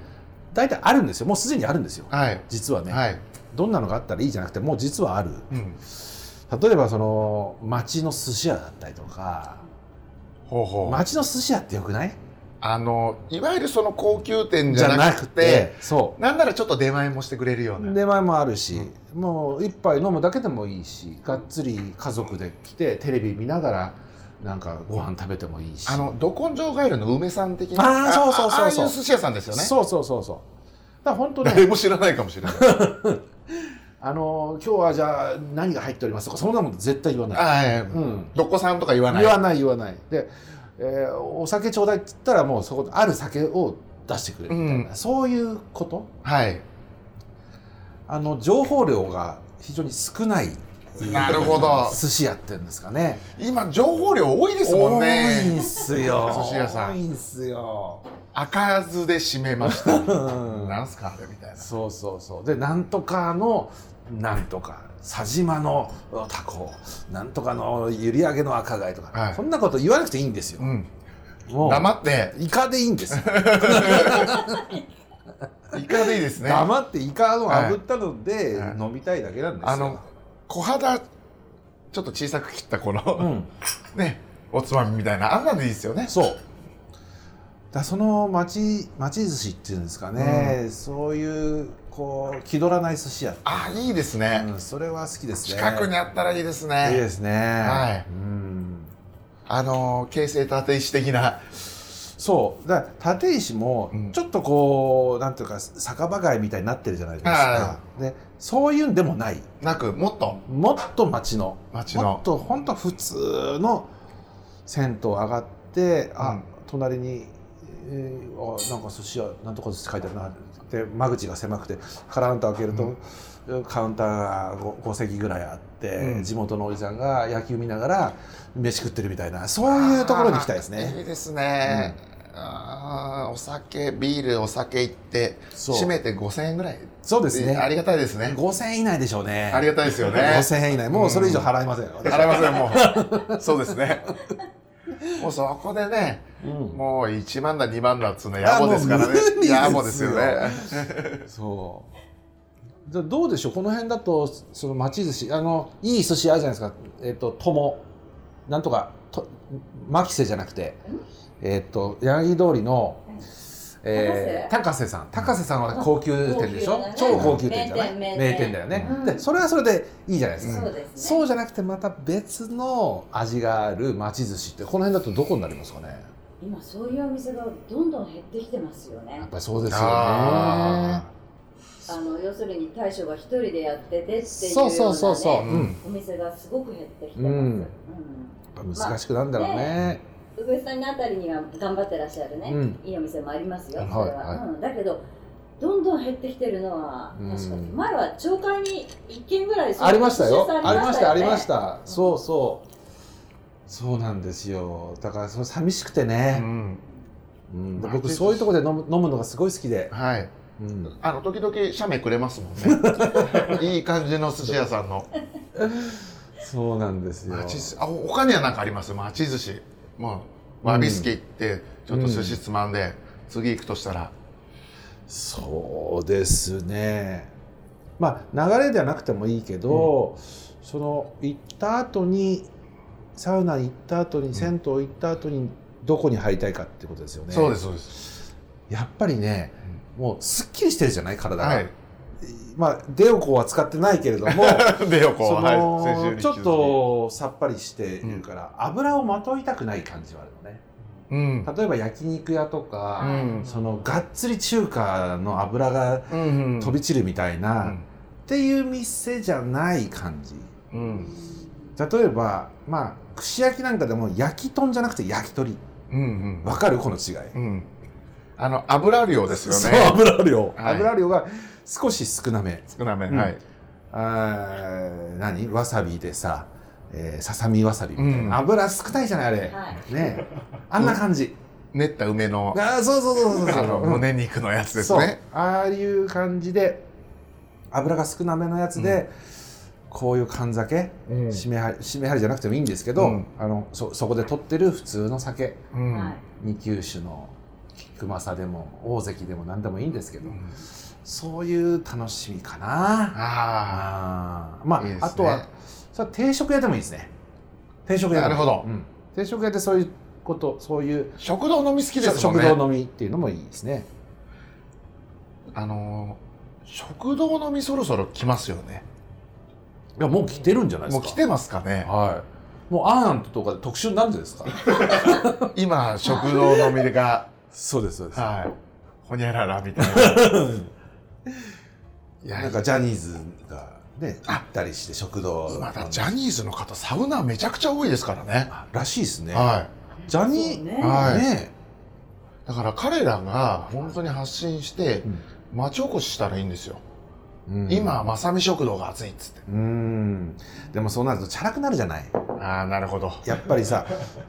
[SPEAKER 4] 大体あるんですよ。もうすでにあるんですよ。
[SPEAKER 2] はい
[SPEAKER 4] 実はね、
[SPEAKER 2] はい、
[SPEAKER 4] どんなのがあったらいいじゃなくて、もう実はある。
[SPEAKER 2] うん、
[SPEAKER 4] 例えばその町の寿司屋だったりとか
[SPEAKER 2] ほうほう
[SPEAKER 4] 町の寿司屋ってよくない
[SPEAKER 2] あのいわゆるその高級店じゃなくて
[SPEAKER 4] そ
[SPEAKER 2] なんならちょっと出前もしてくれるよう
[SPEAKER 4] う
[SPEAKER 2] な
[SPEAKER 4] 出前もあるし、もう一杯飲むだけでもいいしがっつり家族で来てテレビ見ながらなんかご飯食べてもいいし
[SPEAKER 2] あのど根性ガエルの梅さん的
[SPEAKER 4] あ
[SPEAKER 2] な
[SPEAKER 4] ーそうそうそうそう
[SPEAKER 2] ああいう寿司屋さんですよね
[SPEAKER 4] そうそうそうそうだから本当
[SPEAKER 2] 誰
[SPEAKER 4] ね
[SPEAKER 2] も知らないかもしれない
[SPEAKER 4] あの今日はじゃあ何が入っておりますとかそんなもん絶対言わない、
[SPEAKER 2] あ
[SPEAKER 4] う
[SPEAKER 2] ー
[SPEAKER 4] ん、
[SPEAKER 2] どこさんとか言わない
[SPEAKER 4] 言わない言わないで、えーお酒ちょうだいって言ったらもうそこある酒を出してくれるみたいな、
[SPEAKER 2] う
[SPEAKER 4] そういうこと
[SPEAKER 2] はい
[SPEAKER 4] あの情報量が非常に少ない
[SPEAKER 2] なるほど
[SPEAKER 4] 寿司屋ってんですかね。
[SPEAKER 2] 今情報量多いですもん
[SPEAKER 4] 多い
[SPEAKER 2] ね
[SPEAKER 4] んすよ。
[SPEAKER 2] 寿司屋さん
[SPEAKER 4] 多いんすよ。
[SPEAKER 2] 開かずで閉めました
[SPEAKER 4] うん
[SPEAKER 2] なんすかあれみたいな
[SPEAKER 4] そうそうそう。でなんとかのなんとか佐島のタコ、なんとかの閖上げの赤貝とか、
[SPEAKER 2] はい
[SPEAKER 4] そんなこと言わなくていいんですよ
[SPEAKER 2] う。ん
[SPEAKER 4] もう
[SPEAKER 2] 黙って
[SPEAKER 4] イカでいいんですよ。
[SPEAKER 2] イカでいいですね
[SPEAKER 4] 黙ってイカの炙ったので
[SPEAKER 2] はい
[SPEAKER 4] 飲みたいだけなんですよ。
[SPEAKER 2] あの小肌ちょっと小さく切ったこ
[SPEAKER 4] う
[SPEAKER 2] の、
[SPEAKER 4] ん。
[SPEAKER 2] ねおつまみみたいなあんなんでいいですよね
[SPEAKER 4] そう。だその町町寿司っていうんですかね、そういうこう気取らない寿司屋、
[SPEAKER 2] あいいですね、
[SPEAKER 4] うん、それは好きですね。
[SPEAKER 2] 近くにあったらいいですね
[SPEAKER 4] いいですね。
[SPEAKER 2] はい
[SPEAKER 4] うん。
[SPEAKER 2] あの京成立石的な
[SPEAKER 4] そう。だ立石も
[SPEAKER 2] うん
[SPEAKER 4] ちょっとこう、なんていうか酒場街みたいになってるじゃないですか
[SPEAKER 2] は。
[SPEAKER 4] でそういうんでもない。
[SPEAKER 2] なくもっと
[SPEAKER 4] もっと町の
[SPEAKER 2] 町
[SPEAKER 4] もっ
[SPEAKER 2] の
[SPEAKER 4] と本当普通の銭湯上がって、
[SPEAKER 2] う
[SPEAKER 4] あ
[SPEAKER 2] ん
[SPEAKER 4] 隣に、えーあなんか寿司屋なんとか寿司書いてあるなって間口が狭くてカランと開けると、カウンターが 5, 席ぐらいあって、
[SPEAKER 2] うん
[SPEAKER 4] 地元のおじさんが野球見ながら飯食ってるみたいなそういうところに行きたいです
[SPEAKER 2] あーいい
[SPEAKER 4] ね。
[SPEAKER 2] ですね、あーお酒ビールお酒行って
[SPEAKER 4] そう
[SPEAKER 2] 締めて5000円ぐらい
[SPEAKER 4] そうですね
[SPEAKER 2] ありがたいですね
[SPEAKER 4] 5000円以内でしょうね。
[SPEAKER 2] ありがたいですよね
[SPEAKER 4] 5000円以内もうそれ以上払いません、私
[SPEAKER 2] 払いませんもうそうですねもうそこでね
[SPEAKER 4] うん
[SPEAKER 2] もう1万だ2万だっつうの野暮ですから
[SPEAKER 4] あ
[SPEAKER 2] ね
[SPEAKER 4] もう無理ですよ
[SPEAKER 2] 野暮ですよね
[SPEAKER 4] そう。じゃあどうでしょうこの辺だとその町寿司あのいい寿司あるじゃないですかえっ、と友なんとかと牧瀬じゃなくて、えーっと柳通りの、えー高瀬さん高瀬さんは高級店でしょ、
[SPEAKER 3] 高級だね
[SPEAKER 4] 超高級店じゃない
[SPEAKER 3] 名店名店
[SPEAKER 4] 名店だよね、
[SPEAKER 3] うん
[SPEAKER 4] でそれはそれでいいじゃないですか、
[SPEAKER 3] そうですね
[SPEAKER 4] そうじゃなくてまた別の味がある町寿司ってこの辺だとどこになりますかね
[SPEAKER 3] 今そういうお店がどんどん減ってきてますよね
[SPEAKER 4] やっぱりそうですよね
[SPEAKER 2] あ
[SPEAKER 3] あの要するに大将が一人でやっててっていうような、ね、
[SPEAKER 4] そうそうそうそう、
[SPEAKER 2] ね
[SPEAKER 4] うん
[SPEAKER 3] お店がすごく減ってきてます、
[SPEAKER 4] う
[SPEAKER 3] うんん
[SPEAKER 4] やっぱ難しくなんだろうね,、
[SPEAKER 3] ウグイスさんのあたりには頑張ってらっしゃるね、
[SPEAKER 4] うん
[SPEAKER 3] いいお店もありますよ、
[SPEAKER 4] はい
[SPEAKER 3] それは
[SPEAKER 4] は
[SPEAKER 3] うん、だけどどんどん減ってきてるのは
[SPEAKER 4] うん
[SPEAKER 3] 確かに、前は町会に一軒ぐらいそう
[SPEAKER 4] ありましたよ
[SPEAKER 3] 出産
[SPEAKER 4] ありましたありまし
[SPEAKER 3] よね
[SPEAKER 4] たそうそうそうなんですよだからそれ寂しくて
[SPEAKER 2] ーう
[SPEAKER 4] ね、
[SPEAKER 2] ん
[SPEAKER 4] うんで僕そういうところで飲む飲むのがすごい好きで、
[SPEAKER 2] はい
[SPEAKER 4] うん、
[SPEAKER 2] あの時々写メくれますもん ねいい感じの寿司屋さんの
[SPEAKER 4] そうなんですよ
[SPEAKER 2] 町寿司あお他には何かあります町寿司もうわびすき行ってちょっと寿司つまんで、次行くとしたら
[SPEAKER 4] そうですねまあ流れではなくてもいいけど、その行った後にサウナ行った後に銭湯行った後にどこに入りたいかってことですよね
[SPEAKER 2] そうですそうです
[SPEAKER 4] やっぱりねもうすっきりしてるじゃない体が、
[SPEAKER 2] はい
[SPEAKER 4] まあデオコは使ってないけれども
[SPEAKER 2] でよ こう
[SPEAKER 4] その、
[SPEAKER 2] はい、先週に引き
[SPEAKER 4] ちょ
[SPEAKER 2] 続き
[SPEAKER 4] っとさっぱりしているから、油をまといたくない感じはあるのね
[SPEAKER 2] うん
[SPEAKER 4] 例えば焼肉屋と
[SPEAKER 2] う
[SPEAKER 4] か、
[SPEAKER 2] ん
[SPEAKER 4] そのがっつり中華の油が
[SPEAKER 2] うん
[SPEAKER 4] 飛び散るみたいな、
[SPEAKER 2] うん
[SPEAKER 4] っていう店じゃない感じ
[SPEAKER 2] うん
[SPEAKER 4] 例えばまあ串焼きなんかでも焼き豚じゃなくて焼き鳥
[SPEAKER 2] うん
[SPEAKER 4] わかるこの違い
[SPEAKER 2] うんあの油量ですよ
[SPEAKER 4] そう
[SPEAKER 2] ね
[SPEAKER 4] 油量、
[SPEAKER 2] はい
[SPEAKER 4] 油量が少し少なめ
[SPEAKER 2] 少なめ、
[SPEAKER 4] うん
[SPEAKER 2] はい
[SPEAKER 4] あー何わさびでさ、えーささみわさびみたいな、
[SPEAKER 2] うん
[SPEAKER 4] 油少ないじゃないあれ、
[SPEAKER 3] はい
[SPEAKER 4] ねえあんな感じ、
[SPEAKER 2] 練った梅の
[SPEAKER 4] ああそうそうそうそうそ
[SPEAKER 2] あ
[SPEAKER 4] う
[SPEAKER 2] の
[SPEAKER 4] うん
[SPEAKER 2] 胸肉のやつですね
[SPEAKER 4] そうああいう感じで油が少なめのやつで、こういう缶酒
[SPEAKER 2] うん
[SPEAKER 4] 締め張り締め張りじゃなくてもいいんですけど、
[SPEAKER 2] うん
[SPEAKER 4] あのそそこで取ってる普通の酒
[SPEAKER 2] うん
[SPEAKER 3] はい
[SPEAKER 4] 二級酒の菊政でも大関でも何でもいいんですけど、そういう楽しみかな
[SPEAKER 2] あ
[SPEAKER 4] あーまあ
[SPEAKER 2] いいですね
[SPEAKER 4] あとはそれは定食屋でもいいですね定食
[SPEAKER 2] あ
[SPEAKER 4] 屋
[SPEAKER 2] な
[SPEAKER 4] で
[SPEAKER 2] る
[SPEAKER 4] も
[SPEAKER 2] ほど
[SPEAKER 4] うん定食屋でそういうことそういう
[SPEAKER 2] 食堂飲み好きですもん
[SPEAKER 4] 食
[SPEAKER 2] ね
[SPEAKER 4] 堂飲みっていうのもいいですね
[SPEAKER 2] あのー食堂飲みそろそろ来ますよね
[SPEAKER 4] いやもう来てるんじゃないで
[SPEAKER 2] も
[SPEAKER 4] す
[SPEAKER 2] う
[SPEAKER 4] か
[SPEAKER 2] 来てますかね
[SPEAKER 4] はいもうアーアンとかで特集なんでですか
[SPEAKER 2] 今食堂飲みが
[SPEAKER 4] そうですそう で
[SPEAKER 2] はいほにゃららみたいないや
[SPEAKER 4] なんかジャニーズがね行ったりして食堂
[SPEAKER 2] 今だジャニーズの方サウナめちゃくちゃ多いですからね
[SPEAKER 4] あらしいですね
[SPEAKER 2] は
[SPEAKER 4] ジャニ
[SPEAKER 3] そう
[SPEAKER 4] ー
[SPEAKER 3] ね
[SPEAKER 2] はい
[SPEAKER 4] ね
[SPEAKER 2] いだから彼らが本当に発信して町おこししたらいいんですよ、
[SPEAKER 4] うん
[SPEAKER 2] 今まさみ食堂が熱いっつって
[SPEAKER 4] うんでもそうなるとチャラくなるじゃない
[SPEAKER 2] ああなるほど
[SPEAKER 4] やっぱり さ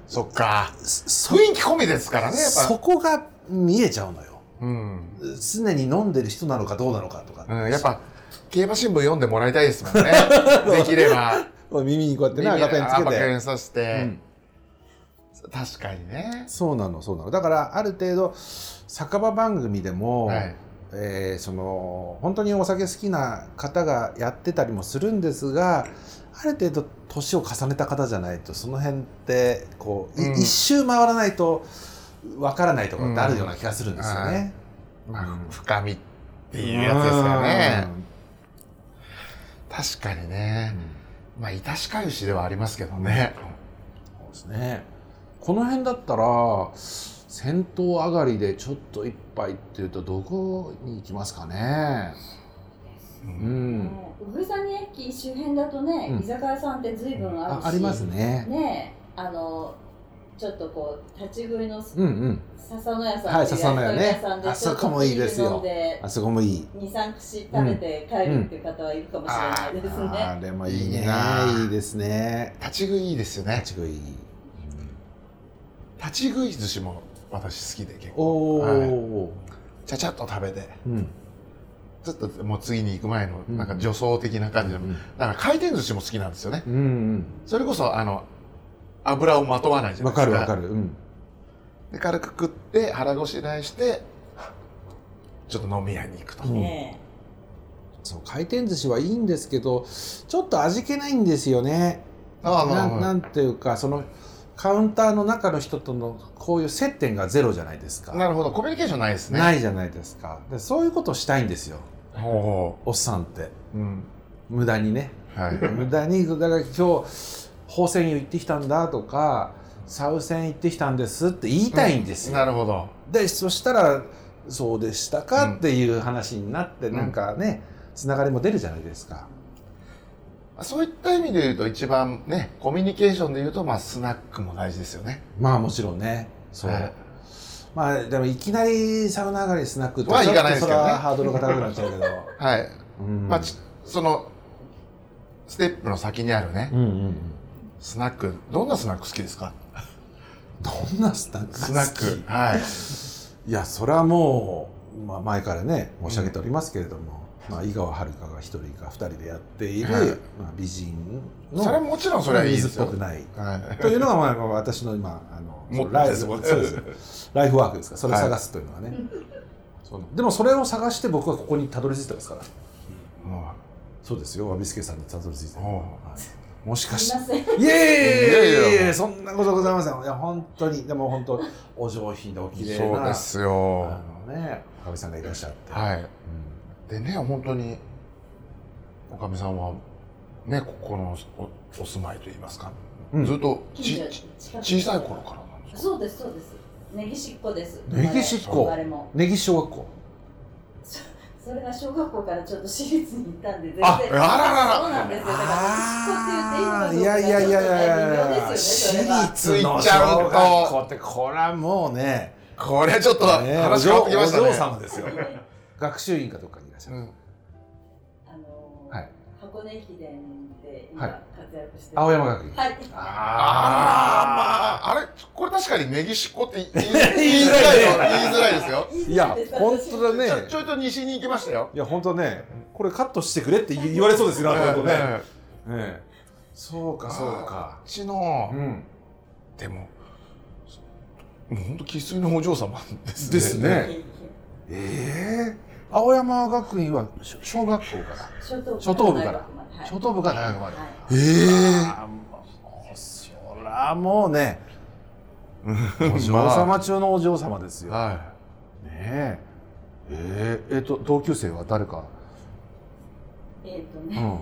[SPEAKER 2] そっか
[SPEAKER 4] そ
[SPEAKER 2] 雰囲気込みですからねやっぱ
[SPEAKER 4] そこが見えちゃうのよ
[SPEAKER 2] うん、
[SPEAKER 4] 常に飲んでる人なのかどうなのかとか、
[SPEAKER 2] うん、やっぱ競馬新聞読んでもらいたいですも んねできれば
[SPEAKER 4] 耳にこうやってね赤ペンつけ
[SPEAKER 2] 赤
[SPEAKER 4] て、
[SPEAKER 2] ペンさせて、
[SPEAKER 4] うん
[SPEAKER 2] 確かにね
[SPEAKER 4] そうなのそうなのだからある程度酒場番組でも、
[SPEAKER 2] はい
[SPEAKER 4] えーその本当にお酒好きな方がやってたりもするんですがある程度年を重ねた方じゃないとその辺ってこう、い
[SPEAKER 2] うん
[SPEAKER 4] 一周回らないとわからないところってあるような気がするんですよね。
[SPEAKER 2] ま
[SPEAKER 4] う
[SPEAKER 2] あ
[SPEAKER 4] ん、
[SPEAKER 2] 深みっていうやつですよね確かに
[SPEAKER 4] うん
[SPEAKER 2] ねまあいたしかゆしではありますけどね
[SPEAKER 4] そうですね。この辺だったら戦闘上がりでちょっと一杯っていうとどこに行きますかね。
[SPEAKER 2] う
[SPEAKER 4] うんん。
[SPEAKER 3] ねウグサニ駅周辺だとね、
[SPEAKER 4] うん
[SPEAKER 3] 居酒屋さんって随分ある
[SPEAKER 4] あ
[SPEAKER 3] し
[SPEAKER 4] ありますね。
[SPEAKER 3] ねえあのちょっとこう立ち食いの
[SPEAKER 4] うんうん。
[SPEAKER 3] 笹の屋さん
[SPEAKER 4] はい
[SPEAKER 3] っていう
[SPEAKER 4] 笹の屋ね
[SPEAKER 3] 焼き鳥屋さんで
[SPEAKER 4] あそこもいいですよ
[SPEAKER 3] ちょっとビール飲んで
[SPEAKER 4] あそこもいい。
[SPEAKER 3] 二三口食べて帰るっていう方はいるかもしれないです
[SPEAKER 4] あ
[SPEAKER 3] ね。
[SPEAKER 4] れもいいね。
[SPEAKER 2] いいない
[SPEAKER 4] いですね。
[SPEAKER 2] 立ち食いいいですよね
[SPEAKER 4] 立ち食い。
[SPEAKER 2] 立ち食い寿司も私好きで結構
[SPEAKER 4] おお、
[SPEAKER 2] はいちゃちゃっと食べて
[SPEAKER 4] うん。
[SPEAKER 2] ちょっともう次に行く前の
[SPEAKER 4] うん
[SPEAKER 2] なんか女装的な感じの、
[SPEAKER 4] うん
[SPEAKER 2] だから回転寿司も好きなんですよね
[SPEAKER 4] うん
[SPEAKER 2] それこそあの油をまとわないじ
[SPEAKER 4] う
[SPEAKER 2] ゃ
[SPEAKER 4] ん。
[SPEAKER 2] な
[SPEAKER 4] わ
[SPEAKER 2] いです
[SPEAKER 4] か
[SPEAKER 2] か
[SPEAKER 4] るわかる。うん。
[SPEAKER 2] で軽く食って腹ごしらえしてちょっと飲み屋に行くと、
[SPEAKER 4] うん
[SPEAKER 3] ね
[SPEAKER 4] そう回転寿司はいいんですけど、ちょっと味気ないんですよね。
[SPEAKER 2] あ
[SPEAKER 4] な
[SPEAKER 2] はい
[SPEAKER 4] なんていうかそのカウンターの中の人とのこういう接点がゼロじゃないですか、
[SPEAKER 2] なるほどコミュニケーションないですね
[SPEAKER 4] ないいじゃないですかでそういうことをしたいんですよ
[SPEAKER 2] ほ
[SPEAKER 4] おっさんって
[SPEAKER 2] ううん
[SPEAKER 4] 無駄にね
[SPEAKER 2] はい
[SPEAKER 4] 無駄にだから今日宝泉湯行ってきたんだとかサウセン行ってきたんですって言いたいんですよ、
[SPEAKER 2] なるほど
[SPEAKER 4] でそしたらそうでしたかっていう話になって、
[SPEAKER 2] ん
[SPEAKER 4] なんかねつながりも出るじゃないですか、
[SPEAKER 2] そういった意味で言うと一番ねコミュニケーションで言うとまあスナックも大事ですよね
[SPEAKER 4] まあもちろんねそう、
[SPEAKER 2] はい
[SPEAKER 4] まあでもいきなりサウナ上がりスナックって
[SPEAKER 2] は
[SPEAKER 4] ちょっ
[SPEAKER 2] 行かない
[SPEAKER 4] と
[SPEAKER 2] ですけ
[SPEAKER 4] それ
[SPEAKER 2] どね
[SPEAKER 4] はハードルが高くなっちゃうけど、
[SPEAKER 2] はい、
[SPEAKER 4] うん
[SPEAKER 2] まあちそのステップの先にあるね
[SPEAKER 4] うんうんうん
[SPEAKER 2] スナックどんなスナック好きですか
[SPEAKER 4] どんなスナック
[SPEAKER 2] スナックはい
[SPEAKER 4] いやそれはもう、まあ、前からね申し上げておりますけれども、まあ、井川遥が一人か二人でやっている、
[SPEAKER 2] はい
[SPEAKER 4] まあ、美人の
[SPEAKER 2] それはもちろんそれはいいです
[SPEAKER 4] 水っぽ
[SPEAKER 2] よ
[SPEAKER 4] くない
[SPEAKER 2] はい
[SPEAKER 4] というのが、まあ、まあ私の今あの
[SPEAKER 2] もっと
[SPEAKER 4] ライフ
[SPEAKER 2] ですもんね
[SPEAKER 4] そうですライフワークですからそれを探すというのはね、そのでもそれを探して僕はここにたどり着いたんですから
[SPEAKER 2] も
[SPEAKER 4] そうですよ侘助さんにたどり着いた、
[SPEAKER 2] う
[SPEAKER 4] はい、
[SPEAKER 2] も
[SPEAKER 4] もしかし
[SPEAKER 3] す
[SPEAKER 4] て
[SPEAKER 3] いません。
[SPEAKER 4] いえいえい
[SPEAKER 2] いやいや
[SPEAKER 4] えい
[SPEAKER 2] い
[SPEAKER 4] え
[SPEAKER 2] や
[SPEAKER 4] そんなことございませんいや本当にでも本当お上品でお
[SPEAKER 2] う
[SPEAKER 4] 綺麗
[SPEAKER 2] そう
[SPEAKER 4] な
[SPEAKER 2] ですよ
[SPEAKER 4] あのねおかみさんがいらっしゃって、
[SPEAKER 2] はい
[SPEAKER 4] うん
[SPEAKER 2] でね本当におかみさんはねここのおお住まいといいますか、
[SPEAKER 4] うん
[SPEAKER 2] ずっとち
[SPEAKER 3] 近所
[SPEAKER 2] ち
[SPEAKER 3] 近く
[SPEAKER 2] 小さい頃からなんですか
[SPEAKER 3] そうですそうです。ネギしっこです。
[SPEAKER 4] ネギしっこ
[SPEAKER 3] 生まれも。
[SPEAKER 4] ネギ小学校
[SPEAKER 3] それが小学校からちょっと私立に行ったんで全然
[SPEAKER 2] ああららら
[SPEAKER 3] そうなんですよだから
[SPEAKER 4] あー
[SPEAKER 3] しっこって言っていいのかどうか
[SPEAKER 4] いやいやいやいやい
[SPEAKER 3] 微妙
[SPEAKER 4] や
[SPEAKER 3] です
[SPEAKER 4] 私
[SPEAKER 3] よねそれは
[SPEAKER 4] 立の小学校ってこれはもうね
[SPEAKER 2] これちょっと
[SPEAKER 4] ね
[SPEAKER 2] 話変わってきましたね
[SPEAKER 4] お嬢様ですよ学習院かどっかにいらっしゃ
[SPEAKER 2] う
[SPEAKER 4] る、
[SPEAKER 2] ん
[SPEAKER 3] あのー
[SPEAKER 4] はい
[SPEAKER 3] 箱根駅伝で今
[SPEAKER 4] はい
[SPEAKER 3] 活躍してる
[SPEAKER 4] 青山学院
[SPEAKER 3] はい
[SPEAKER 2] あらまああれこれ確かにネギしっこって言い 言いづらい
[SPEAKER 4] 言いづらい
[SPEAKER 2] よ言いづらいですよ
[SPEAKER 4] いや本当
[SPEAKER 2] ち
[SPEAKER 4] だ
[SPEAKER 2] ょ
[SPEAKER 4] ね
[SPEAKER 2] ちょいと西に行きましたよ
[SPEAKER 4] いや本当ねこれカットしてくれって言言われそうですよね本当ね、
[SPEAKER 2] ええ
[SPEAKER 4] ええそうかそうか
[SPEAKER 2] うちの、
[SPEAKER 4] ん
[SPEAKER 2] でももう本当生粋のお嬢様ですね
[SPEAKER 4] ですねええ青山学院は小小学校から
[SPEAKER 3] 初等部
[SPEAKER 4] 初等部から
[SPEAKER 3] はい
[SPEAKER 4] 初等部から大学まで、
[SPEAKER 3] はい
[SPEAKER 2] ええ
[SPEAKER 4] あーもうそらもうねお嬢
[SPEAKER 2] ま
[SPEAKER 4] 様中のお嬢様ですよ、
[SPEAKER 2] あはい
[SPEAKER 4] ねええーえっと同級生は誰か、
[SPEAKER 3] えっと
[SPEAKER 4] う
[SPEAKER 3] ね
[SPEAKER 4] ん、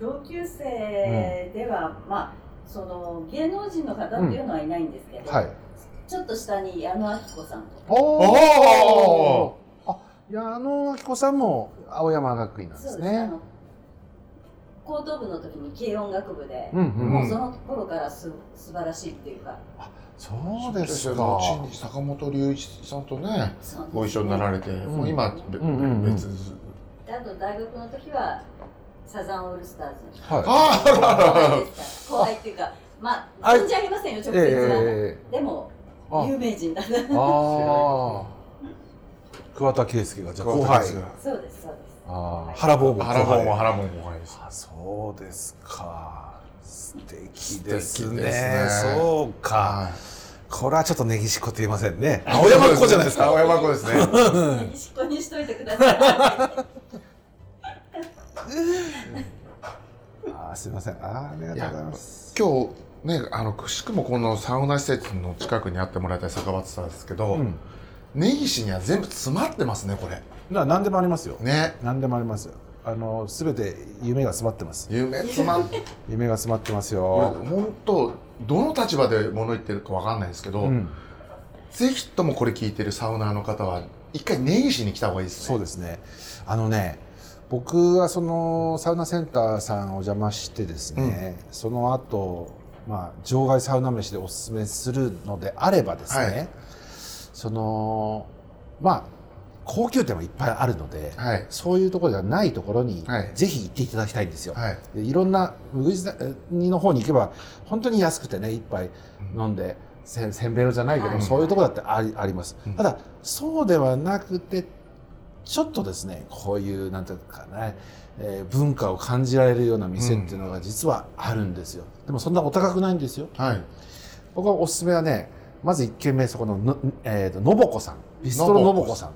[SPEAKER 3] 同級生ではまあその芸能人の方っていうのはいないんですけど
[SPEAKER 4] はい
[SPEAKER 3] ちょっと下に矢野顕子さんとか
[SPEAKER 4] お
[SPEAKER 2] お
[SPEAKER 4] ーあ矢野明子さんも青山学院なんです
[SPEAKER 3] あ
[SPEAKER 4] ね
[SPEAKER 3] の高等部の時に軽音楽部で
[SPEAKER 4] う、んうん、
[SPEAKER 2] う
[SPEAKER 3] も
[SPEAKER 2] ん
[SPEAKER 3] うその頃からす素晴らしいっていうか
[SPEAKER 4] そうですか
[SPEAKER 2] 後に坂本龍一さんとね
[SPEAKER 3] そうなんですね
[SPEAKER 2] ご一緒になられて、
[SPEAKER 4] ん
[SPEAKER 2] もう今べ、
[SPEAKER 4] うんうんうん
[SPEAKER 2] 別
[SPEAKER 3] であと大学の時はサザンオールスターズの
[SPEAKER 4] はい
[SPEAKER 2] ああららら
[SPEAKER 3] 後
[SPEAKER 2] ら
[SPEAKER 3] 輩ですから後輩っていうかまあ
[SPEAKER 4] あ
[SPEAKER 3] 存じ上げませんよ直接は、
[SPEAKER 4] え
[SPEAKER 3] でも
[SPEAKER 4] えあ
[SPEAKER 3] 有名人だな
[SPEAKER 4] あー桑田佳祐がじゃあ後輩
[SPEAKER 3] そうですそうです
[SPEAKER 4] あー原坊も後輩
[SPEAKER 2] 腹もん腹もん後輩です
[SPEAKER 4] あそうですか素敵です
[SPEAKER 2] 素
[SPEAKER 4] ね
[SPEAKER 2] 敵ですね
[SPEAKER 4] そうか
[SPEAKER 2] はい
[SPEAKER 4] これはちょっとネギしっこと言いませんね青山っ子じゃないですか
[SPEAKER 2] 青山っ子ですね
[SPEAKER 3] しっこにしといてくださ
[SPEAKER 4] あーすいませんあーありがとうございます
[SPEAKER 2] 今日ねあのくしくもこのサウナ施設の近くにあってもらいたい坂松さんですけど、
[SPEAKER 4] うん
[SPEAKER 2] 根岸には全部詰まってますねこれ
[SPEAKER 4] な何でもありますよ、
[SPEAKER 2] ね
[SPEAKER 4] 何でもありますよあの全て夢が詰まってます
[SPEAKER 2] 夢詰まっ
[SPEAKER 4] 夢が詰まってます
[SPEAKER 2] 俺
[SPEAKER 4] よ、
[SPEAKER 2] 本当どの立場で物言ってるかわかんないですけど、
[SPEAKER 4] うん、
[SPEAKER 2] ぜひともこれ聞いてるサウナーの方は一回根岸に来た方がいいですね
[SPEAKER 4] そうですねあのね僕はそのサウナセンターさんお邪魔してですね、その後まあ場外サウナ飯でおすすめするのであればですね、
[SPEAKER 2] はい
[SPEAKER 4] そのまあ高級店もいっぱいあるので、
[SPEAKER 2] はい
[SPEAKER 4] そういうところではないところに、
[SPEAKER 2] はい
[SPEAKER 4] ぜひ行っていただきたいんですよ。
[SPEAKER 2] はい
[SPEAKER 4] でいろんな無口谷の方に行けば本当に安くてね一杯飲んで、せんせんべろじゃないけど、
[SPEAKER 2] うん
[SPEAKER 4] そういうところだってありあります、
[SPEAKER 2] うん
[SPEAKER 4] ただそうではなくてちょっとですねこういうなんていうかね、えー文化を感じられるような店っていうのが実はあるんですよ、でもそんなお高くないんですよ
[SPEAKER 2] はい
[SPEAKER 4] 僕はおすすめはねまず1軒目そこのの,、えーとのぼこさんビストロの
[SPEAKER 2] の
[SPEAKER 4] ぼ
[SPEAKER 2] ぼ
[SPEAKER 4] こ
[SPEAKER 2] こさ
[SPEAKER 4] さん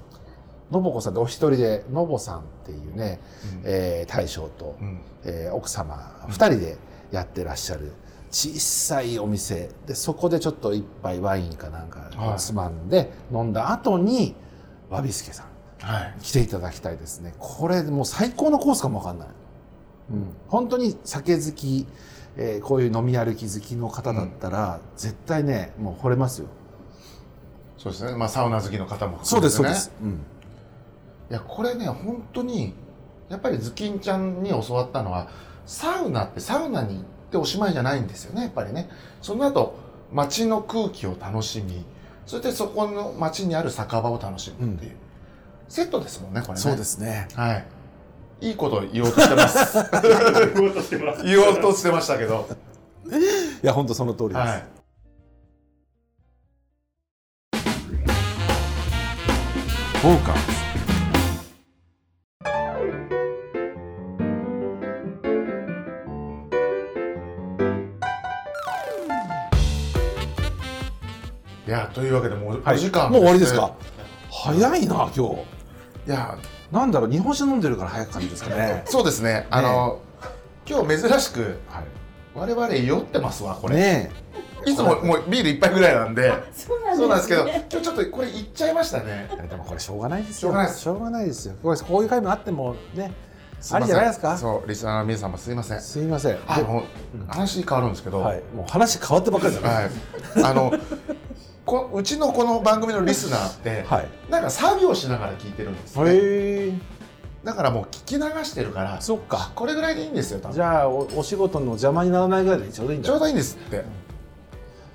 [SPEAKER 4] のぼこさんでお一人でのぼさんっていうね、
[SPEAKER 2] うん
[SPEAKER 4] えー大将と
[SPEAKER 2] うん
[SPEAKER 4] えー奥様2人でやってらっしゃる、小さいお店でそこでちょっと一杯ワインかな
[SPEAKER 2] は
[SPEAKER 4] んか
[SPEAKER 2] い
[SPEAKER 4] つまんで飲んだ後にわびすけさん
[SPEAKER 2] はい
[SPEAKER 4] 来ていただきたいですねこれもう最高のコースかもわかんない、うん、本当に酒好き、えーこういう飲み歩き好きの方だったら、絶対ねもう惚れますよ
[SPEAKER 2] そうですね、まあ、サウナ好きの方も
[SPEAKER 4] そうですそう
[SPEAKER 2] ね
[SPEAKER 4] です、うん、
[SPEAKER 2] いやこれね本当にやっぱりズキンちゃんに教わったのはサウナってサウナに行っておしまいじゃないんですよねやっぱりねその後街の空気を楽しみそしてそこの街にある酒場を楽しむっていう、セットですもんねこれね
[SPEAKER 4] そうですね
[SPEAKER 2] はいいいこと言おうとしてます
[SPEAKER 1] 言おうとしてます
[SPEAKER 2] 言おうとしてましたけど
[SPEAKER 4] いや本当その通りです、
[SPEAKER 2] はい
[SPEAKER 4] フォーカス
[SPEAKER 2] いやというわけでもうお時間、
[SPEAKER 4] もう終わりですか早いな今日
[SPEAKER 2] いや
[SPEAKER 4] なんだろう日本酒飲んでるから早く感じですか ね
[SPEAKER 2] そうですねあの今日珍しく
[SPEAKER 4] はい
[SPEAKER 2] 我々酔ってますわこれ、
[SPEAKER 4] ね
[SPEAKER 2] いつももうビール一杯ぐらいなんで
[SPEAKER 3] そうなんです,、ね、
[SPEAKER 2] そうなんですけど、今日ちょっとこれ言っちゃいましたね。
[SPEAKER 4] えでもこれしょうがないです
[SPEAKER 2] しょ
[SPEAKER 4] よ
[SPEAKER 2] うがないです
[SPEAKER 4] しょうがないですよこれこういう回もあってもねありじゃないですか
[SPEAKER 2] そう、リスナーの皆様すいません。
[SPEAKER 4] すいませんで
[SPEAKER 2] あの、
[SPEAKER 4] うん
[SPEAKER 2] 話変わるんですけど、
[SPEAKER 4] は
[SPEAKER 2] はいい、、
[SPEAKER 4] もう話変わってばっかりじゃない
[SPEAKER 2] あの。こうちのこの番組のリスナーって、
[SPEAKER 4] はい
[SPEAKER 2] なんか作業しながら聞いてるんです、ね、
[SPEAKER 4] へえ
[SPEAKER 2] だからもう聞き流してるから
[SPEAKER 4] そっか
[SPEAKER 2] これぐらいでいいんですよ多
[SPEAKER 4] じ
[SPEAKER 2] 分
[SPEAKER 4] ゃあおお仕事の邪魔にならないぐらいでちょうどいいんだ
[SPEAKER 2] ちょうどいいんですって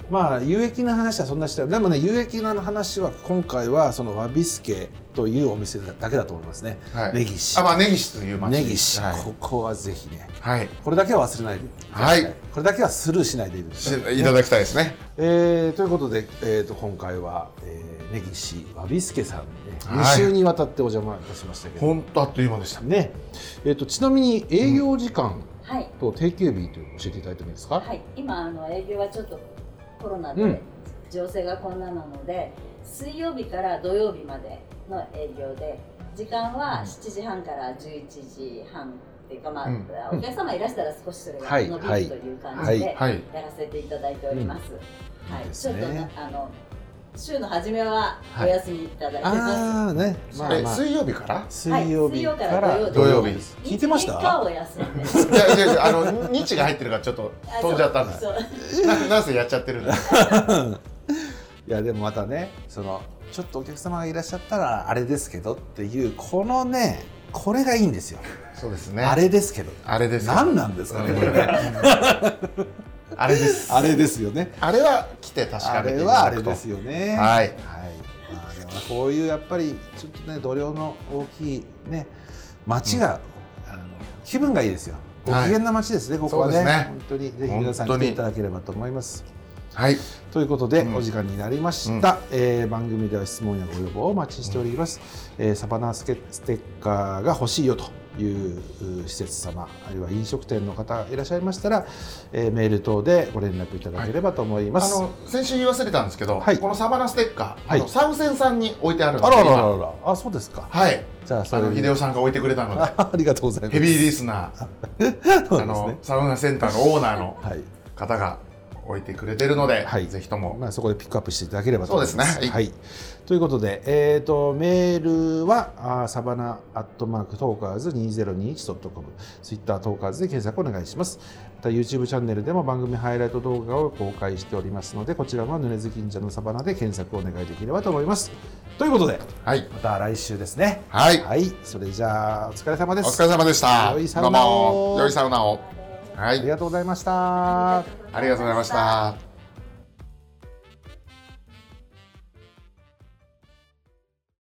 [SPEAKER 4] まあ有益な話はそんなしてないでもね有益な話は今回はその和ビスケというお店だけだと思いますね、
[SPEAKER 2] はい
[SPEAKER 4] ネギシ
[SPEAKER 2] あまあ根岸という町
[SPEAKER 4] ネギシ、
[SPEAKER 2] はい、
[SPEAKER 4] ここはぜひね
[SPEAKER 2] はい
[SPEAKER 4] これだけは忘れないで
[SPEAKER 2] はい
[SPEAKER 4] これだけはスルーしないでいる
[SPEAKER 2] しいただきたいですね
[SPEAKER 4] えーということで、えー、と今回は、えー、根岸和ビスケさん、ね、2
[SPEAKER 2] はい
[SPEAKER 4] 週にわたってお邪魔いたしましたけど、
[SPEAKER 2] 本当あっという間でした
[SPEAKER 4] ねえー、とちなみに営業時間
[SPEAKER 3] はい、
[SPEAKER 4] と定休日というのを教えていただいてもいいですか、
[SPEAKER 3] はい、今あの営業はちょっとコロナ
[SPEAKER 4] う
[SPEAKER 3] で
[SPEAKER 4] ん
[SPEAKER 3] 情勢がこんななので、水曜日から土曜日までの営業で時間は7時半から11時半っていうかまあ、
[SPEAKER 2] うん
[SPEAKER 4] うん
[SPEAKER 3] お客様いらしたら少しそれが
[SPEAKER 4] はい
[SPEAKER 3] 伸びるという感じで
[SPEAKER 2] はい
[SPEAKER 3] やらせていただいております。はい、
[SPEAKER 4] いいです
[SPEAKER 3] ちょ
[SPEAKER 4] ね
[SPEAKER 3] っとなあの週の初めはお休みいただいてます。
[SPEAKER 4] ああねまあ、
[SPEAKER 2] え
[SPEAKER 4] まあ、
[SPEAKER 2] 水曜日から
[SPEAKER 4] 水曜日から
[SPEAKER 2] 土曜日
[SPEAKER 4] 聞いてまし
[SPEAKER 3] 一
[SPEAKER 4] た
[SPEAKER 3] 日お休みで
[SPEAKER 2] いやいやいやあの日が入ってるからちょっと
[SPEAKER 3] あ
[SPEAKER 2] 飛んじゃったんです
[SPEAKER 3] そう
[SPEAKER 2] ななんせやっちゃってるんで
[SPEAKER 4] いやでもまたねそのちょっとお客様がいらっしゃったらあれですけどっていうこのねこれがいいんですよ、
[SPEAKER 2] そうですね
[SPEAKER 4] あれですけど
[SPEAKER 2] あれですよ
[SPEAKER 4] 何なんですかねこれね
[SPEAKER 2] あれです
[SPEAKER 4] あれですよね
[SPEAKER 2] あれは来て確
[SPEAKER 4] あ
[SPEAKER 2] かめて
[SPEAKER 4] れ
[SPEAKER 2] いた
[SPEAKER 4] はあ
[SPEAKER 2] だ
[SPEAKER 4] れ
[SPEAKER 2] くと
[SPEAKER 4] ですよ
[SPEAKER 2] は
[SPEAKER 4] ね
[SPEAKER 2] い
[SPEAKER 4] はいまあ、でもこういうやっぱりちょっとね度量の大きいね街が、あの気分がいいですよご機嫌な街ですね、ここはね
[SPEAKER 2] そうですね
[SPEAKER 4] 本当にぜひ皆さん来
[SPEAKER 2] 本当
[SPEAKER 4] て
[SPEAKER 2] に
[SPEAKER 4] いただければと思います
[SPEAKER 2] はい
[SPEAKER 4] ということで、
[SPEAKER 2] うん
[SPEAKER 4] お時間になりました、えー番組では質問やご要望をお待ちしております、えーサバナスケステッカーが欲しいよというう施設様あるいは飲食店の方いらっしゃいましたら、えーメール等でご連絡いただければと思い
[SPEAKER 2] あ
[SPEAKER 4] ます、
[SPEAKER 2] の先週言い忘れたんですけど、
[SPEAKER 4] はい
[SPEAKER 2] このサバナステッカー、
[SPEAKER 4] はい
[SPEAKER 2] あのサウセンさんに置いてあるんで
[SPEAKER 4] あらあらあ
[SPEAKER 2] 今
[SPEAKER 4] らあらあそうですか
[SPEAKER 2] はい
[SPEAKER 4] じゃあそ
[SPEAKER 2] あ
[SPEAKER 4] れ
[SPEAKER 2] の秀夫さんが置いてくれたので
[SPEAKER 4] あありがとうございます
[SPEAKER 2] ヘビーリスナー
[SPEAKER 4] そう
[SPEAKER 2] あ
[SPEAKER 4] です
[SPEAKER 2] の
[SPEAKER 4] ね
[SPEAKER 2] サウナセンターのオーナーの
[SPEAKER 4] はい
[SPEAKER 2] 方が置いてくれてるので、
[SPEAKER 4] はい
[SPEAKER 2] ぜひとも
[SPEAKER 4] まあ、そこでピックアップしていただければと思います。
[SPEAKER 2] そうですね
[SPEAKER 4] は、
[SPEAKER 2] はい
[SPEAKER 4] ということで、えー、とメールはあーサバナアットマークトーカーズ 2021.com ツイッタートーカーズで検索お願いします。また YouTube チャンネルでも番組ハイライト動画を公開しておりますのでこちらも濡れず銀座のサバナで検索お願いできればと思います。ということで
[SPEAKER 2] はい
[SPEAKER 4] また来週ですね。
[SPEAKER 2] はい、
[SPEAKER 4] はい、それじゃあお疲れ様で
[SPEAKER 2] お
[SPEAKER 4] す。
[SPEAKER 2] 疲れ様でした
[SPEAKER 4] 良いサ
[SPEAKER 2] ど
[SPEAKER 4] ウ
[SPEAKER 2] う
[SPEAKER 4] ナを
[SPEAKER 2] も良いサウナをは
[SPEAKER 4] あり
[SPEAKER 2] い
[SPEAKER 4] がとうございまし
[SPEAKER 3] あ
[SPEAKER 4] た。
[SPEAKER 3] り
[SPEAKER 2] ありがとうございまし。た